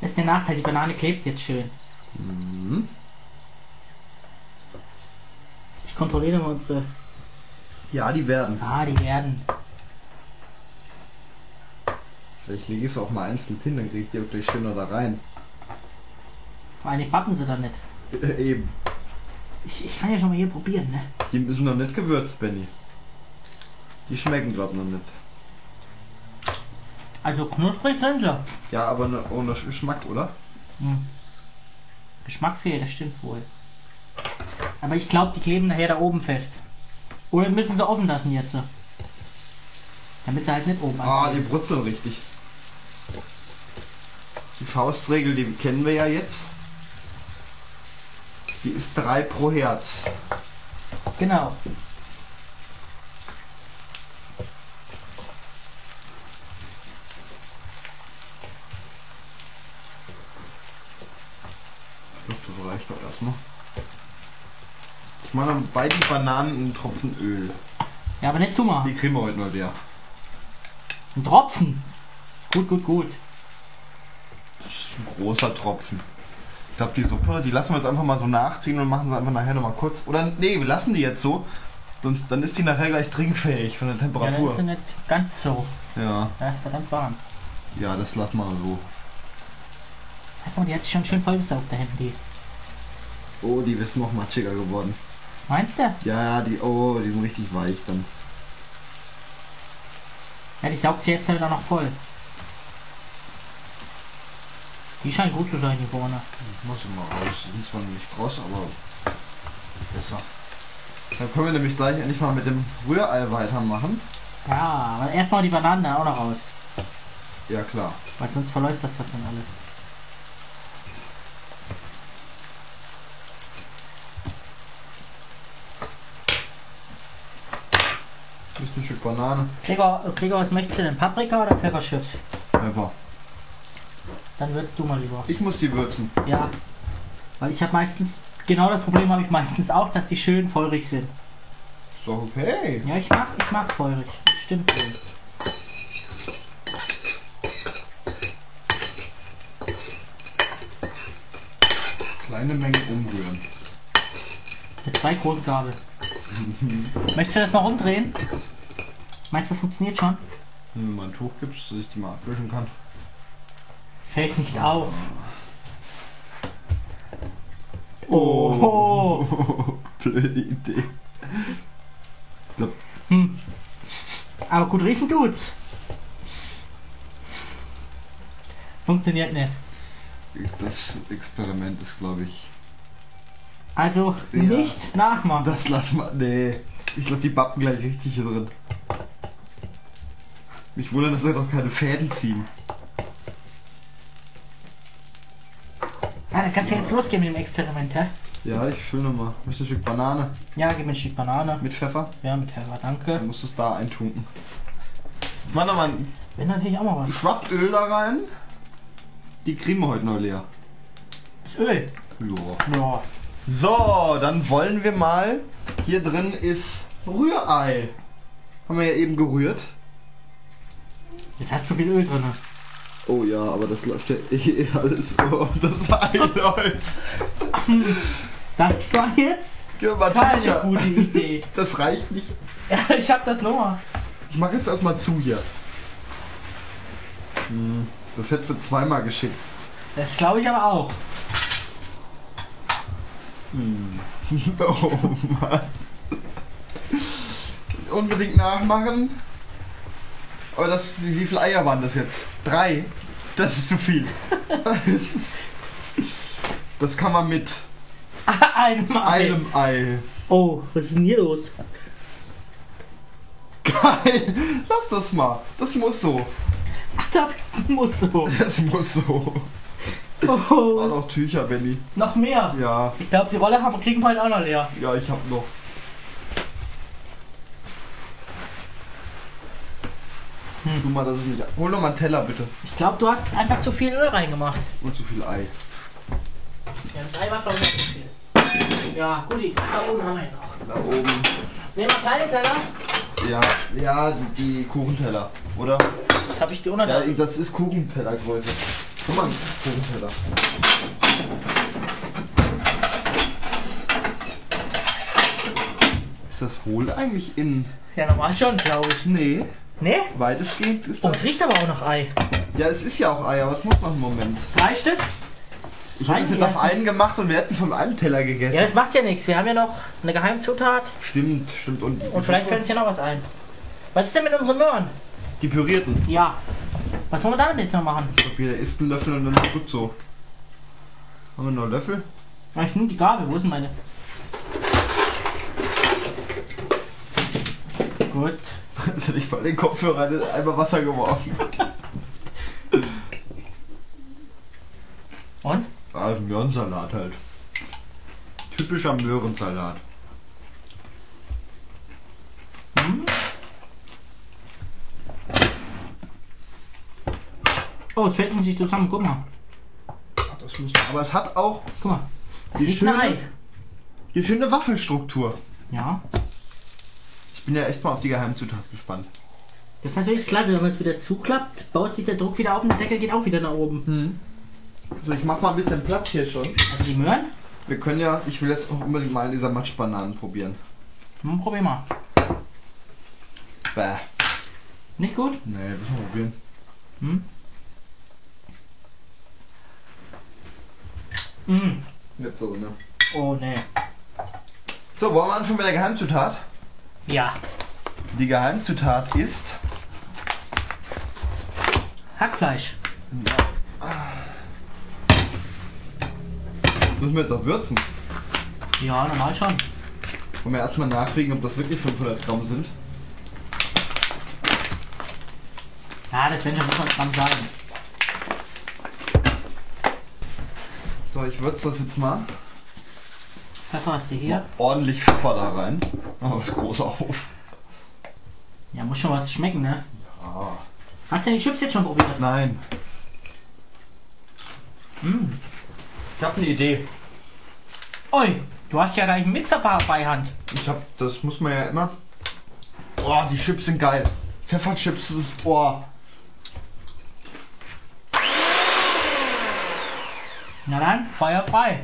Das ist der Nachteil, die Banane klebt jetzt schön.
Mhm.
Ich kontrolliere mal unsere.
Ja, die werden.
Ah, die werden.
Vielleicht lege ich es auch mal einzeln hin, dann kriege ich die auch gleich schöner da rein.
Vor allem backen sie dann nicht.
Äh, eben.
Ich, ich kann ja schon mal hier probieren, ne?
Die müssen noch nicht gewürzt, Benny. Die schmecken gerade noch nicht.
Also knusprig sind sie.
Ja, aber ne, ohne Geschmack, oder?
Hm. Geschmack fehlt, das stimmt wohl. Aber ich glaube, die kleben nachher da oben fest. Oder müssen sie offen lassen jetzt? Damit sie halt nicht oben
Ah,
ankommen.
die brutzeln richtig. Die Faustregel, die kennen wir ja jetzt. Die ist 3 pro Herz.
Genau.
Ich glaub, das reicht doch erstmal. Ich mache dann bei die Bananen einen Tropfen Öl.
Ja, aber nicht zumachen.
Die kriegen wir heute noch leer.
Ein Tropfen. Gut, gut, gut.
Das ist ein großer Tropfen. Ich glaube, die Suppe, die lassen wir jetzt einfach mal so nachziehen und machen sie einfach nachher nochmal kurz. Oder nee, wir lassen die jetzt so. Sonst, dann ist die nachher gleich trinkfähig von der
Ja, dann ist
Temperatur.
sie nicht ganz so.
Ja,
Da ist verdammt warm.
ja, das lassen wir so.
Guck mal, die hat sich schon schön vollgesaugt, da hinten die.
Oh, die ist noch matschiger geworden.
Meinst du?
Ja, die, oh, die sind richtig weich dann.
Ja, die saugt sie jetzt halt auch noch voll. Die scheint gut zu sein, die Bohne.
Muss immer raus. Die sind zwar nicht kross, aber besser. Dann können wir nämlich gleich endlich mal mit dem Rührei weitermachen.
Ja, aber erstmal die Bananen dann auch noch raus.
Ja, klar.
Weil sonst verläuft das davon alles.
Ein bisschen Stück Banane.
Gregor, äh, Gregor, was möchtest du denn? Paprika oder Pfefferchips?
Einfach.
Dann würzt du mal lieber.
Ich muss die würzen.
Ja. Weil ich habe meistens, genau das Problem habe ich meistens auch, dass die schön feurig sind.
Ist doch okay.
Ja, ich mag, ich mag feurig. Das Stimmt wohl.
Kleine Menge umrühren.
Mit zwei großen Gabel. Möchtest du das mal rumdrehen? Meinst du, das funktioniert schon?
Wenn du mir mal ein Tuch gibst, dass ich die mal abwischen kann.
Fällt nicht auf. Oh.
Blöde Idee.
Hm. Aber gut riechen tut's. Funktioniert nicht.
Das Experiment ist, glaube ich.
Also
Ja.
nicht nachmachen.
Das lassen wir. Nee. Ich glaube, die bappen gleich richtig hier drin. Mich wundern, dass wir noch keine Fäden ziehen.
Ah, dann kannst du jetzt losgehen mit dem Experiment, hä?
Ja, ich fülle nochmal. Möchte ein Stück Banane
Ja, gib mir ein Stück Banane.
mit Pfeffer.
Ja, mit Terra, danke.
Dann musst du es da eintunken. oh Ich mach nochmal ein
Wenn natürlich auch mal was.
Schwappöl da rein. Die kriegen wir heute noch leer.
Das Öl.
Ja.
Ja.
So, dann wollen wir mal. Hier drin ist Rührei. Haben wir ja eben gerührt.
Jetzt hast du viel Öl drin.
Oh ja, aber das läuft ja eh alles vor, das Ei läuft.
Das war jetzt
Gib mal
keine
Tanja.
gute Idee.
Das reicht nicht.
Ja, ich hab das nochmal.
Ich mache jetzt erstmal zu hier. Hm, Das hätten wir zweimal geschickt.
Das glaube ich aber auch.
Hm. Oh Mann. Unbedingt nachmachen. Aber das, wie viele Eier waren das jetzt? Drei? Das ist zu viel. Das ist- Das kann man mit
Einmal.
einem Ei.
Oh, was ist denn hier los?
Geil. Lass das mal. Das muss so.
Ach, das muss so.
Das muss so. War
Oh,
doch Tücher, Benny.
noch mehr.
Ja,
Ich glaube, die Rolle haben, kriegen wir heute auch noch leer.
ja, ich hab noch.
Hm.
Tu mal, dass es nicht. Hol noch mal einen Teller bitte.
Ich glaube, du hast einfach zu viel Öl reingemacht.
Und zu viel Ei.
Ja, das Ei war doch nicht zu viel. Ja, gut, die- da oben haben wir ja noch.
Da oben.
Nehmen wir kleine Teller.
Ja, ja, die die Kuchenteller, oder?
Jetzt habe ich die
Ja,
Untertasse.
das ist Kuchentellergröße. Guck mal, Kuchenteller. Ist das hohl eigentlich in?
Ja, normal schon, glaube ich.
Nee,
Ne?
weitestgehend ist
Oh, es
das.
riecht aber auch nach Ei.
Ja, es ist ja auch Eier, was muss man im Moment?
Drei Stück?
Ich hätte es jetzt auf einen gemacht und wir hätten von einem Teller
Ja,
gegessen.
das macht ja nichts. Wir haben ja noch eine Geheimzutat
Stimmt, stimmt. Und,
und vielleicht fällt uns ja noch was ein. Was ist denn mit unseren Möhren?
die pürierten.
Ja. Was wollen wir damit jetzt noch machen?
Ich glaub, jeder isst einen Löffel und dann ist gut so. Haben wir noch einen Löffel?
Mach ich nur die Gabel. Wo ist denn meine? Gut.
Kannst du nicht bei den Kopfhörern in einmal Wasser geworfen?
Und?
Ah, Möhrensalat halt. Typischer Möhrensalat.
Oh, es fällt sich zusammen. Guck mal.
Ach, das muss man. Aber es hat auch
Guck mal. Das
Die
ist eine
schöne-
Ei.
die schöne Waffelstruktur.
Ja.
Ich bin ja echt mal auf die Geheimzutat gespannt.
Das ist natürlich klasse, wenn man es wieder zuklappt, baut sich der Druck wieder auf und der Deckel geht auch wieder nach oben.
Hm. So, ich mach mal ein bisschen Platz hier schon.
Also die Möhren,
Wir können ja, ich will jetzt auch unbedingt mal dieser Matschbananen probieren.
hm, probier mal.
Bäh.
Nicht gut?
Nee, müssen wir probieren.
Mm.
Nicht so, ne?
Oh ne.
So, wollen wir anfangen mit der Geheimzutat?
Ja.
Die Geheimzutat ist.
Hackfleisch.
Müssen wir jetzt auch würzen.
Ja, normal schon.
Wollen wir erstmal nachwiegen, ob das wirklich 500 Gramm sind.
Ja, das werden schon 500 Gramm sein.
So, ich würze das jetzt mal.
Pfeffer hast du hier.
Ordentlich Pfeffer da rein. Aber ist groß auf.
Ja, muss schon was schmecken, ne?
Ah.
Hast du die Chips jetzt schon probiert?
Nein. Hm.
Mm.
Ich habe eine Idee.
Ui, du hast ja gleich einen Mixer bei- bei Hand.
Ich hab, das muss man ja immer. Boah, die Chips sind geil. Pfefferchips, das ist, boah.
Na dann, Feuer frei.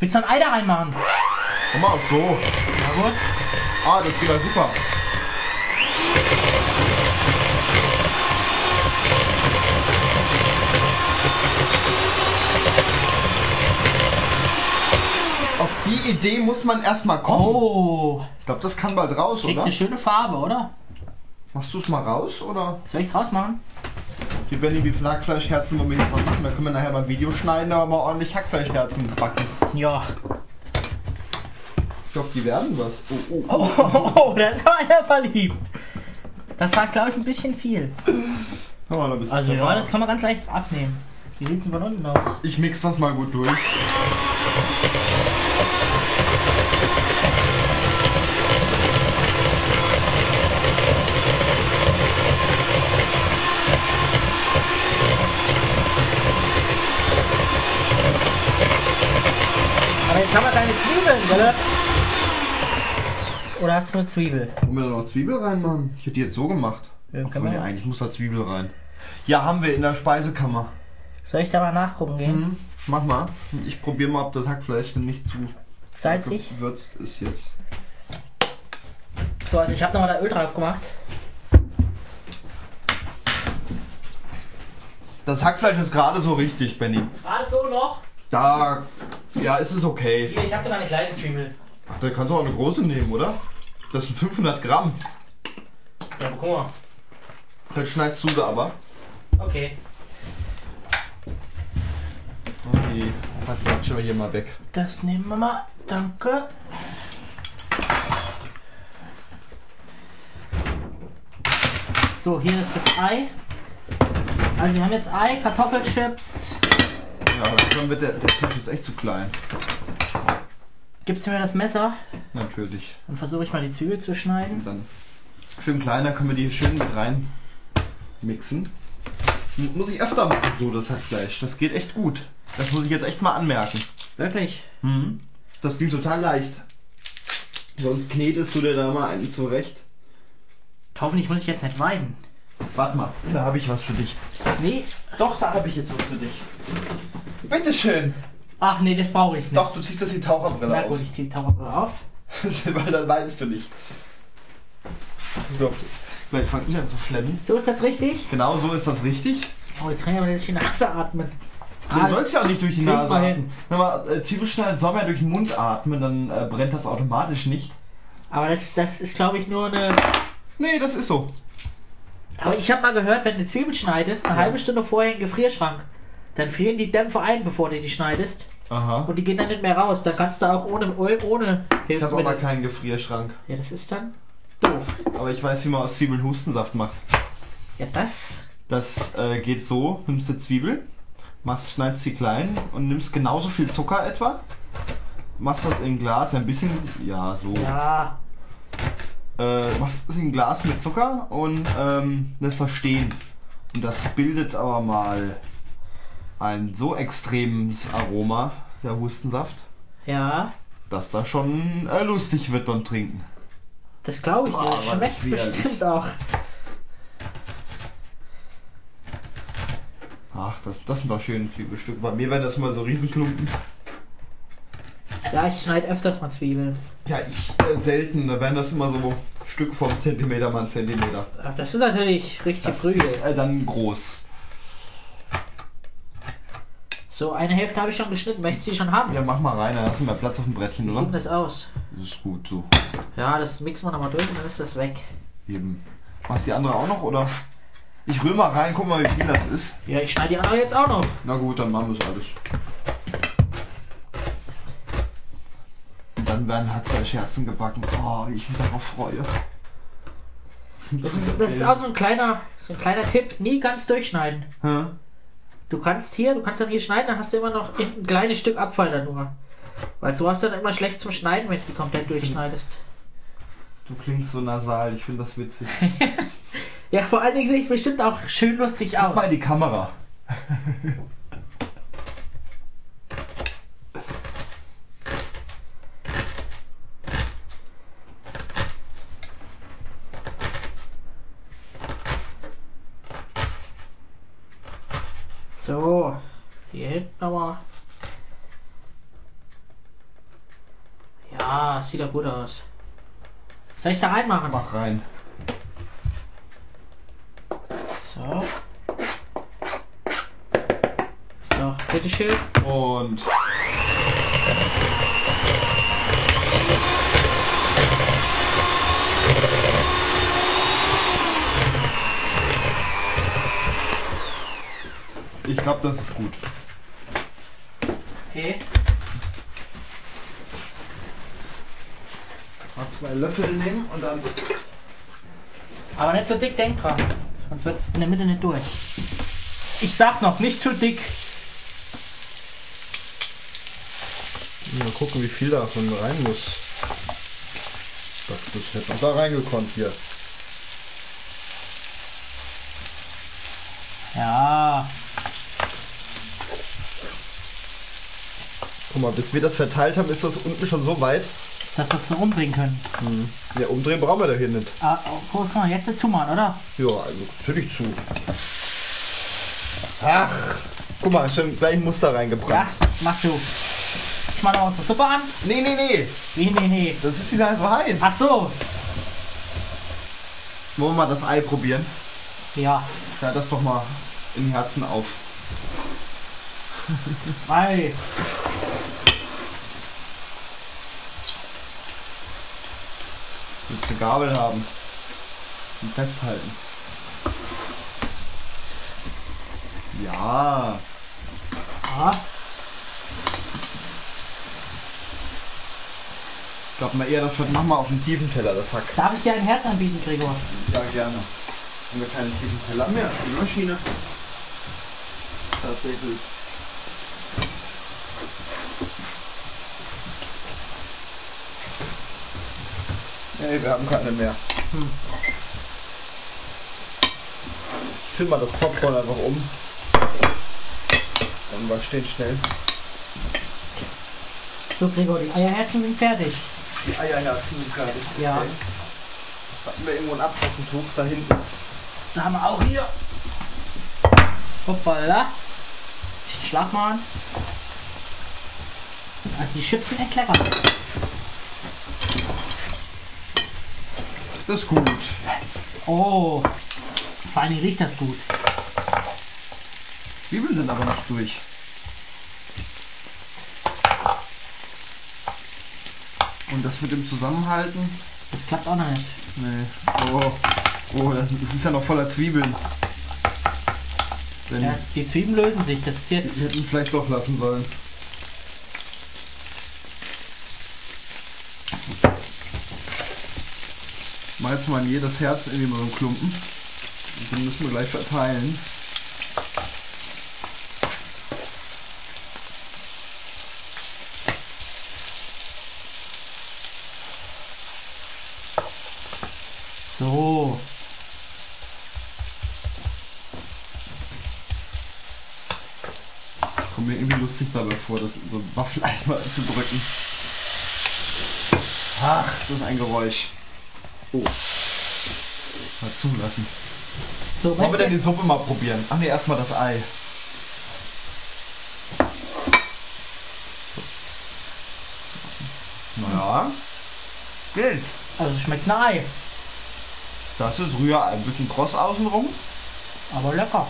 Willst du noch ein Ei da reinmachen?
Guck mal, so.
Na gut.
Ah, das geht ja super. Auf die Idee muss man erstmal kommen.
Oh,
Ich glaube, das kann bald raus,
kriegt
oder?
eine schöne Farbe, oder?
Machst du es mal raus, oder?
Soll ich's rausmachen?
Die Benny wie Flakfleischherzen wollen wir hier von machen. Da können wir nachher beim Video schneiden, aber mal ordentlich Hackfleischherzen backen.
Ja.
Ich glaube, die werden was. Oh, oh,
Oh, oh, oh da ist aber einer verliebt. Das war, glaube ich, ein bisschen viel.
Hör mal, da bist du
Also ja,
Pfeffer.
das kann man ganz leicht abnehmen. Wie sieht's denn von unten aus?
Ich mix das mal gut durch.
Aber jetzt haben wir keine Zwiebeln, oder? Oder hast du nur Zwiebel?
Wollen wir da noch Zwiebel reinmachen? Ich hätte die jetzt so gemacht.
Ja, genau. kann
Obwohl,
man
nee,
ja.
eigentlich muss da Zwiebel rein. Ja, haben wir in der Speisekammer.
Soll ich da mal nachgucken gehen?
Hm, mach mal. Ich probiere mal, ob das Hackfleisch nicht zu
Salzig?
gewürzt ist jetzt.
So, also ich habe nochmal da Öl drauf gemacht.
Das Hackfleisch ist gerade so richtig, Benny.
Gerade so noch.
Da, ja, ist es okay.
Hier, ich habe sogar eine kleine Zwiebel.
Ach, Da kannst du auch eine große nehmen, oder? Das sind 500 Gramm.
Ja, aber guck mal.
Dann schneidest du da aber.
Okay.
Okay, dann klatschen wir hier mal weg.
Das nehmen wir mal. Danke. So, hier ist das Ei. Also wir haben jetzt Ei, Kartoffelchips.
Ja, aber dann wird der, der Tisch ist echt zu klein.
Gibst du mir das Messer?
Natürlich.
Dann versuche ich mal die Zwiebel zu schneiden.
Und dann schön kleiner können wir die schön mit rein mixen. M- Muss ich öfter machen, so das Hackfleisch. Das geht echt gut. Das muss ich jetzt echt mal anmerken.
Wirklich?
Mhm. Das ging total leicht. Sonst knetest du dir da mal einen zurecht.
Hoffentlich muss ich jetzt nicht weinen.
Warte mal, da habe ich was für dich.
Nee.
Doch, da habe ich jetzt was für dich. Bitteschön.
Ach nee, das brauche ich nicht.
Doch, du ziehst jetzt die Taucherbrille
Na
auf.
gut, ich ziehe die Taucherbrille auf.
Weil dann weinst du nicht. So, gleich fange ich an zu flennen.
So ist das richtig?
Genau so ist das richtig.
Oh, jetzt kann ich aber nicht in die Nase atmen.
Du
Ah,
sollst ja auch nicht durch die
kriegt
Nase
man
atmen. Wenn man äh, Zwiebelschneiden soll man ja durch den Mund atmen, dann äh, brennt das automatisch nicht.
aber das, das ist, glaube ich, nur eine
Nee, das ist so.
Aber ich habe mal gehört, wenn du eine Zwiebel schneidest, eine
Ja.
halbe Stunde vorher in den Gefrierschrank, dann frieren die Dämpfe ein, bevor du die schneidest.
Aha.
Und die gehen dann nicht mehr raus. Dann kannst du auch ohne Öl, ohne
Ich habe aber
Hilfsmittel.
keinen Gefrierschrank.
Ja, das ist dann Doof.
Aber ich weiß, wie man aus Zwiebeln Hustensaft macht.
Ja, das.
Das äh, geht so, nimmst du Zwiebel, machst, schneidest sie klein und nimmst genauso viel Zucker etwa, machst das in ein Glas, ein bisschen, ja so,
Ja.
äh, machst das in ein Glas mit Zucker und ähm, lässt das stehen. Und das bildet aber mal ein so extremes Aroma, der Hustensaft,
Ja.
dass das schon äh, lustig wird beim Trinken.
Das glaube ich dir.
Boah,
Das
war das
schmeckt
widerlich.
bestimmt auch.
Ach, das, das sind doch schöne Zwiebelstücke. Bei mir werden das mal so Riesenklumpen.
Ja, ich schneide öfters mal Zwiebeln.
Ja, ich äh, selten. Da werden das immer so Stück vom Zentimeter mal ein Zentimeter.
Ach, das ist natürlich richtig
Das
Prügel.
ist äh, dann groß.
So, eine Hälfte habe ich schon geschnitten. Möchtest du die schon haben?
Ja, mach mal rein, dann hast du mehr Platz auf dem Brettchen,
Ich
oder?
schiebe das aus.
Das ist gut so.
Ja, das mixen wir nochmal durch und dann ist das weg.
Eben. Machst die andere auch noch, oder? Ich rühre mal rein, guck mal, wie viel das ist.
Ja, ich schneide die andere jetzt auch noch.
Na gut, dann machen wir es alles. Und dann werden Hackfleischherzen gebacken. Oh, wie ich mich darauf freue.
Das ist auch so ein kleiner, so ein kleiner Tipp. Nie ganz durchschneiden.
Hä?
Du kannst hier, du kannst dann hier schneiden, dann hast du immer noch ein kleines Stück Abfall da nur. Weil so hast du dann immer schlecht zum Schneiden, wenn du die komplett durchschneidest.
Du klingst so nasal, ich finde das witzig.
Ja, vor allen Dingen sehe ich bestimmt auch schön lustig
Guck
aus.
mal in die Kamera.
So, hier hinten aber. Ja, sieht doch gut aus. Soll ich da reinmachen?
Mach rein.
So. So, bitteschön.
Und ich glaube, das ist gut.
Okay.
Mal zwei Löffel nehmen und dann.
Aber nicht so dick, denk dran. Sonst wird's in der Mitte nicht durch. Ich sag noch, nicht zu dick.
Mal gucken, wie viel davon rein muss. Das, das hätte noch da reingekonnt hier.
Ja.
Guck mal, bis wir das verteilt haben, ist das unten schon so weit.
Dass wir es so umdrehen können.
Ja, umdrehen brauchen wir da hier nicht.
Ah, oh, guck mal, jetzt nicht zumachen, oder?
Ja, also natürlich zu. Ach, guck mal, schon gleich ein Muster
Ja,
reingebracht.
mach du. Ich mach noch unsere Suppe an.
Nee, nee, nee,
Nee, nee, nee.
das ist wieder so heiß.
Ach so.
Wollen wir mal das Ei probieren?
Ja.
Ja, das doch mal im Herzen auf.
Ei.
Willst du Gabel haben? Und festhalten. Ja,
Ja.
ich glaube mal eher, das wird machen wir auf dem tiefen Teller, das Hack.
Darf ich dir ein Herz anbieten, Gregor?
Ja, gerne. Haben wir keinen tiefen Teller mehr? Die Maschine. Tatsächlich. Ey, wir haben keine mehr. Ich füll mal das Popcorn einfach um. Dann war steht schnell.
So, Gregor, die Eierherzen sind fertig.
Die Eierherzen sind gerade.
Ja.
Okay. Hatten wir irgendwo ein Abtrocknentuch da hinten?
Da haben wir auch hier. Hoppala. Ich schlag mal an. Also die Chips sind echt lecker.
Das ist gut.
Oh. Vor allen Dingen riecht das gut.
Zwiebeln sind aber noch durch. Und das mit dem Zusammenhalten?
Das klappt auch noch nicht.
Nee. Oh, oh das, das ist ja noch voller Zwiebeln. Denn
Ja, die Zwiebeln lösen sich. Das ist jetzt.
die hätten vielleicht doch lassen sollen. schmeißen wir in jedes Herz irgendwie mal so einen Klumpen. Und den müssen wir gleich verteilen.
So.
Kommt mir irgendwie lustig dabei vor, das in so ein Waffeleis mal zu drücken. Ach, das ist ein Geräusch. Oh. Mal zulassen.
So,
Wollen wir denn
möchte-
die Suppe mal probieren? Ach ne, erstmal das Ei. Naja. Geht.
also es schmeckt nach Ei,
Das ist Rührei. Ein bisschen kross außenrum.
aber lecker.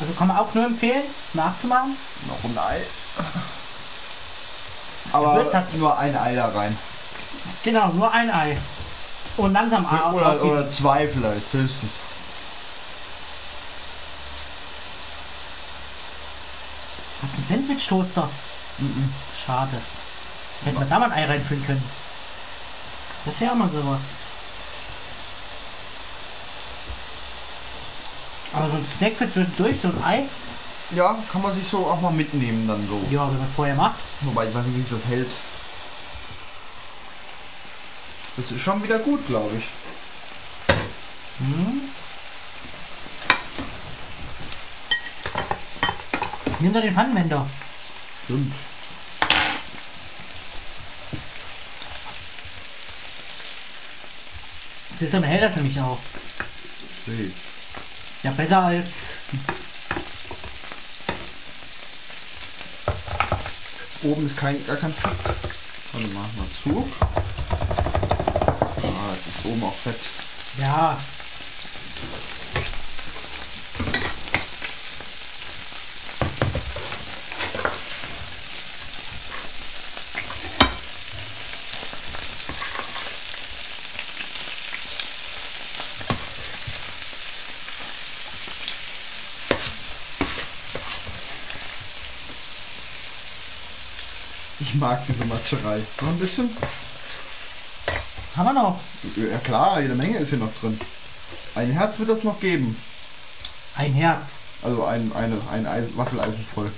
Also kann man auch nur empfehlen, nachzumachen.
Noch ein Ei.
Gewürz
Aber
hat-
nur ein Ei da rein.
Genau, nur ein Ei. Und langsam au-
Oder,
aufgießen.
oder zwei vielleicht, höchstens.
Hast du einen Sandwich-Toaster?
Mhm.
Schade. Hätten wir da mal ein Ei reinfüllen können. Das wäre auch mal sowas. Aber so ein Snack für zwischendurch, so ein Ei,
Ja, kann man sich so auch mal mitnehmen dann so.
ja, wenn man es vorher macht.
Wobei ich weiß nicht, wie sich das hält. Das ist schon wieder gut, glaube ich.
Hm. Nimm doch den Pfannenwender.
Stimmt.
Siehst hält das nämlich auch.
Sehe
Ja, besser als.
Oben ist kein, gar kein Fett. Warte mal, mal zu. Ah, es ist oben auch Fett.
Ja.
Ich mag diese Matscherei. Noch ein bisschen?
Haben wir noch.
Ja klar, jede Menge ist hier noch drin. Ein Herz wird das noch geben.
Ein Herz.
Also ein, eine, ein Eis, Waffeleisen voll.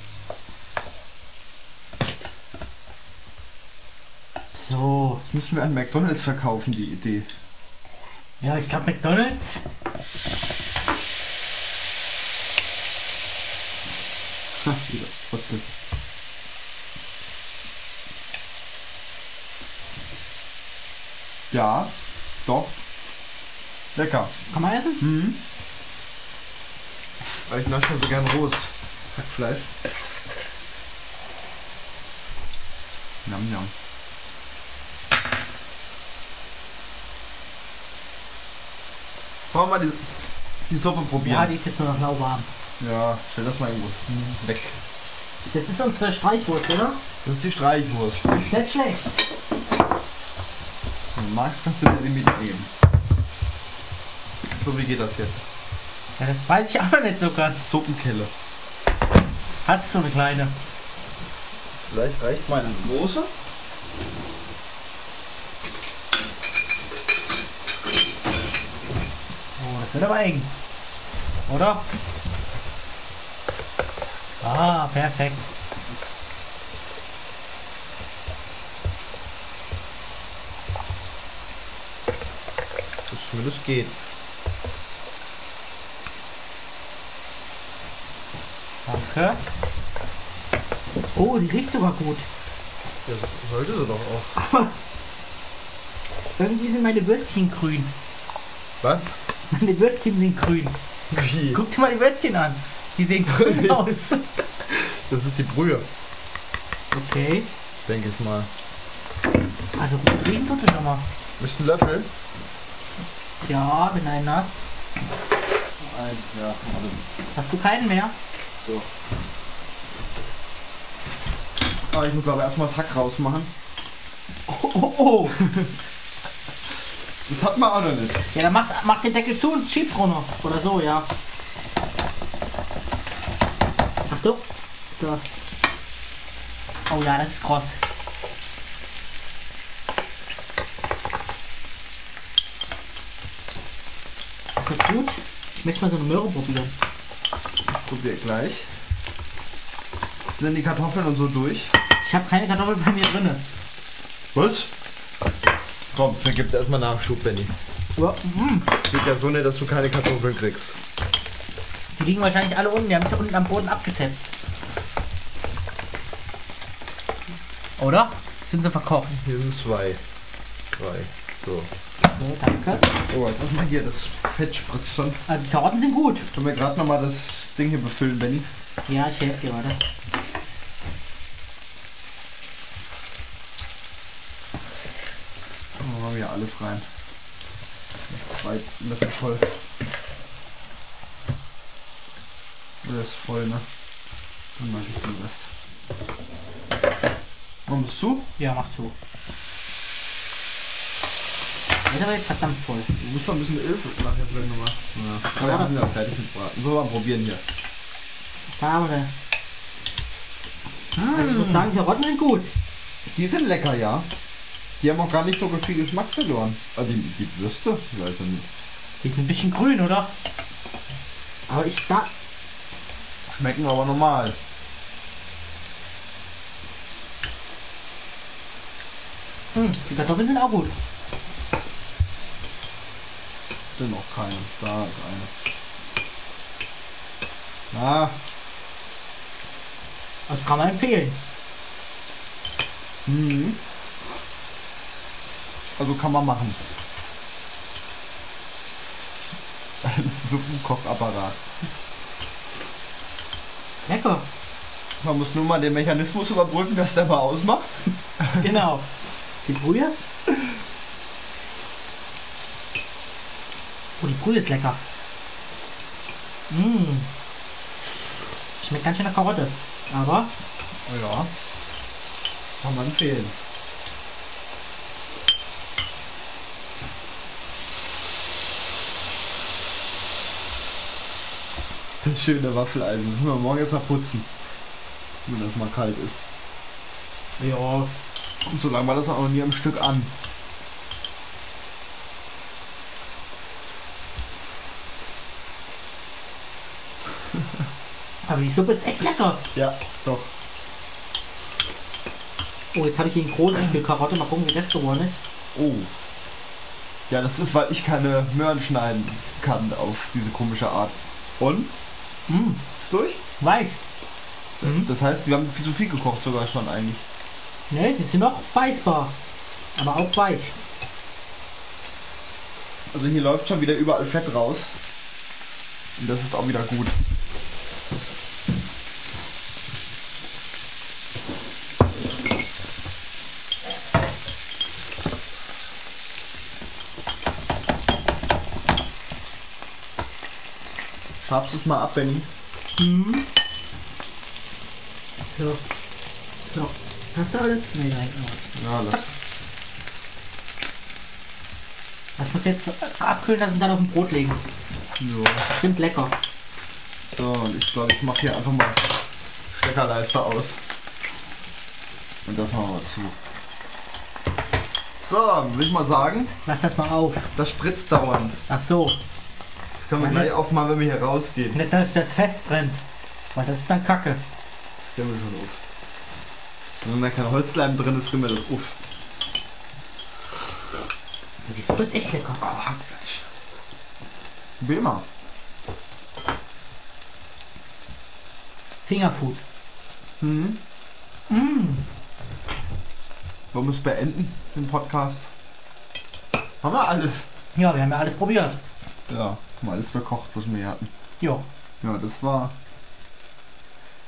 So.
Das müssen wir an McDonalds verkaufen, die Idee.
Ja, ich glaube McDonalds.
Ha, wieder Wurzel. Ja, doch. Lecker.
Kann man essen?
Mhm. Aber ich nasche so gern rohes Hackfleisch. Nam nam. Wollen wir mal die, die Suppe probieren?
Ja, die ist jetzt nur noch lauwarm.
ja, stell das mal irgendwo weg.
Das ist unsere Streichwurst, oder?
Das ist die Streichwurst.
Ist nicht schlecht.
Wenn du magst, kannst du dir sie mitnehmen. So, wie geht das jetzt?
Ja, das weiß ich auch noch nicht so ganz.
Suppenkelle.
Hast du so eine kleine?
Vielleicht reicht meine große.
Oh, das wird aber eng. Oder? Ah, perfekt.
So schnell es geht's.
Danke. Oh, die riecht sogar gut.
Ja, so- sollte sie doch auch.
Irgendwie sind meine Würstchen grün.
Was?
Meine Würstchen sind grün.
Wie?
Guck dir mal die Würstchen an. Die sehen grün aus.
Das ist die Brühe,
Okay.
denke ich mal.
Also gut riechen tut es schon mal.
Möchtest du einen Löffel?
Ja, wenn einen hast.
Ein, ja. Also,
Hast du keinen mehr?
aber Ah, ich muss glaube ich erstmal das Hack rausmachen.
Oh, oh, oh.
Das hat man auch noch nicht.
Ja, dann mach's, mach den Deckel zu und schieb runter. Oder so, ja. Achtung. So. Oh ja, das ist kross. auch ganz gut. Ich möchte mal so eine Möhre probieren.
Ich probiere gleich. Sind die Kartoffeln und so durch?
Ich habe keine Kartoffeln bei mir drinne.
Was? Komm, dann gibt's erstmal Nachschub, Benny.
Ja, mm.
Geht ja so nicht, dass du keine Kartoffeln kriegst.
Die liegen wahrscheinlich alle unten. Die haben sich unten am Boden abgesetzt. Oder? Sind sie verkocht?
Hier sind zwei. Drei. So.
So, danke.
Oh, jetzt lass mal hier das Fett spritzen.
Also die Karotten sind gut.
Tu mir gerade nochmal das Ding hier befüllen, Benny.
Ja, ich helfe dir, warte.
Dann machen wir alles rein. Zwei Löffel voll. Oder ist voll, ne? Dann mache ich den Rest. Kommst du?
Ja, mach zu. Das ist aber jetzt verdammt voll.
Du musst mal ein bisschen Öl nachher drin nochmal. Ja, aber wir haben ja fertig mit Braten. So, mal probieren hier.
Da haben wir. Also ich muss sagen, die Karotten sind gut.
Die sind lecker, ja. Die haben auch gar nicht so viel Geschmack verloren. Ah, die, die Würste? Ich weiß ja nicht.
Die sind ein bisschen grün, oder? Aber ich da.
Schmecken aber normal.
Hm, die Kartoffeln sind auch gut.
Sind auch keine. Da ist eine. Na,
Das kann man empfehlen.
hm. Also kann man machen. Ein Suppenkochapparat.
Lecker.
Man muss nur mal den Mechanismus überbrücken, dass der mal ausmacht.
Genau. Die Brühe? Oh, die Brühe ist lecker. Mmh. Schmeckt ganz schön nach Karotte. Aber
Oh Ja. Kann man empfehlen. Das schöne Waffeleisen. Müssen wir morgen jetzt mal putzen. Wenn das mal kalt ist.
ja,
Und so lange war das auch noch nie am Stück an.
aber die Suppe ist echt lecker.
Ja, doch.
Oh, jetzt habe ich hier ein großes Stück Karotte. Mal gucken, wie das geworden ist.
Oh. Ja, das ist, weil ich keine Möhren schneiden kann auf diese komische Art. Und?
Mmh,
Ist durch?
weich. Mhm.
Das heißt, wir haben viel zu viel gekocht sogar schon eigentlich.
Ne, sie sind noch beißbar. Aber auch weich.
Also hier läuft schon wieder überall Fett raus. Und das ist auch wieder gut. Schabst es mal ab, Benny.
Mhm. So. So. Hast du alles? Ne, da hinten was.
Ja, lass.
Das muss jetzt abkühlen lassen und dann auf dem Brot legen.
So,
Sind lecker.
so und ich glaube, ich mache hier einfach mal Steckerleister aus. Und das machen wir zu. So, würde ich mal sagen,
Lass das mal auf.
das spritzt dauernd.
Ach so.
Können wir gleich aufmachen, wenn wir hier rausgehen.
Nicht, dass das festbrennt. Weil das ist dann kacke.
Können wir schon auf. Wenn da kein Holzleim drin ist, können wir das uff.
Die Suppe ist echt lecker.
Ah, Hackfleisch. Probier mal.
Fingerfood.
Mhm.
Mm.
Wollen wir es beenden, den Podcast? Haben wir alles?
Ja, wir haben ja alles probiert.
Ja, haben wir alles verkocht, was wir hier hatten.
Jo.
Ja, das war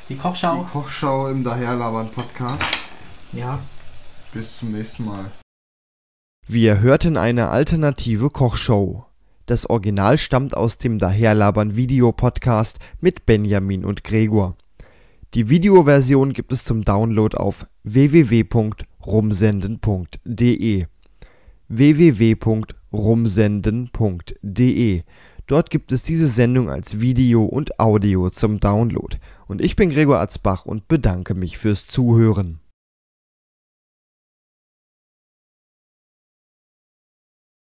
Die
die
Kochschau.
Kochschau im Daherlabern Podcast.
Ja.
Bis zum nächsten Mal.
Wir hörten eine alternative Kochshow. Das Original stammt aus dem Daherlabern Videopodcast mit Benjamin und Gregor. Die Videoversion gibt es zum Download auf www.rumsenden.de. www.rumsenden.de. Dort gibt es diese Sendung als Video und Audio zum Download. Und ich bin Gregor Atzbach und bedanke mich fürs Zuhören.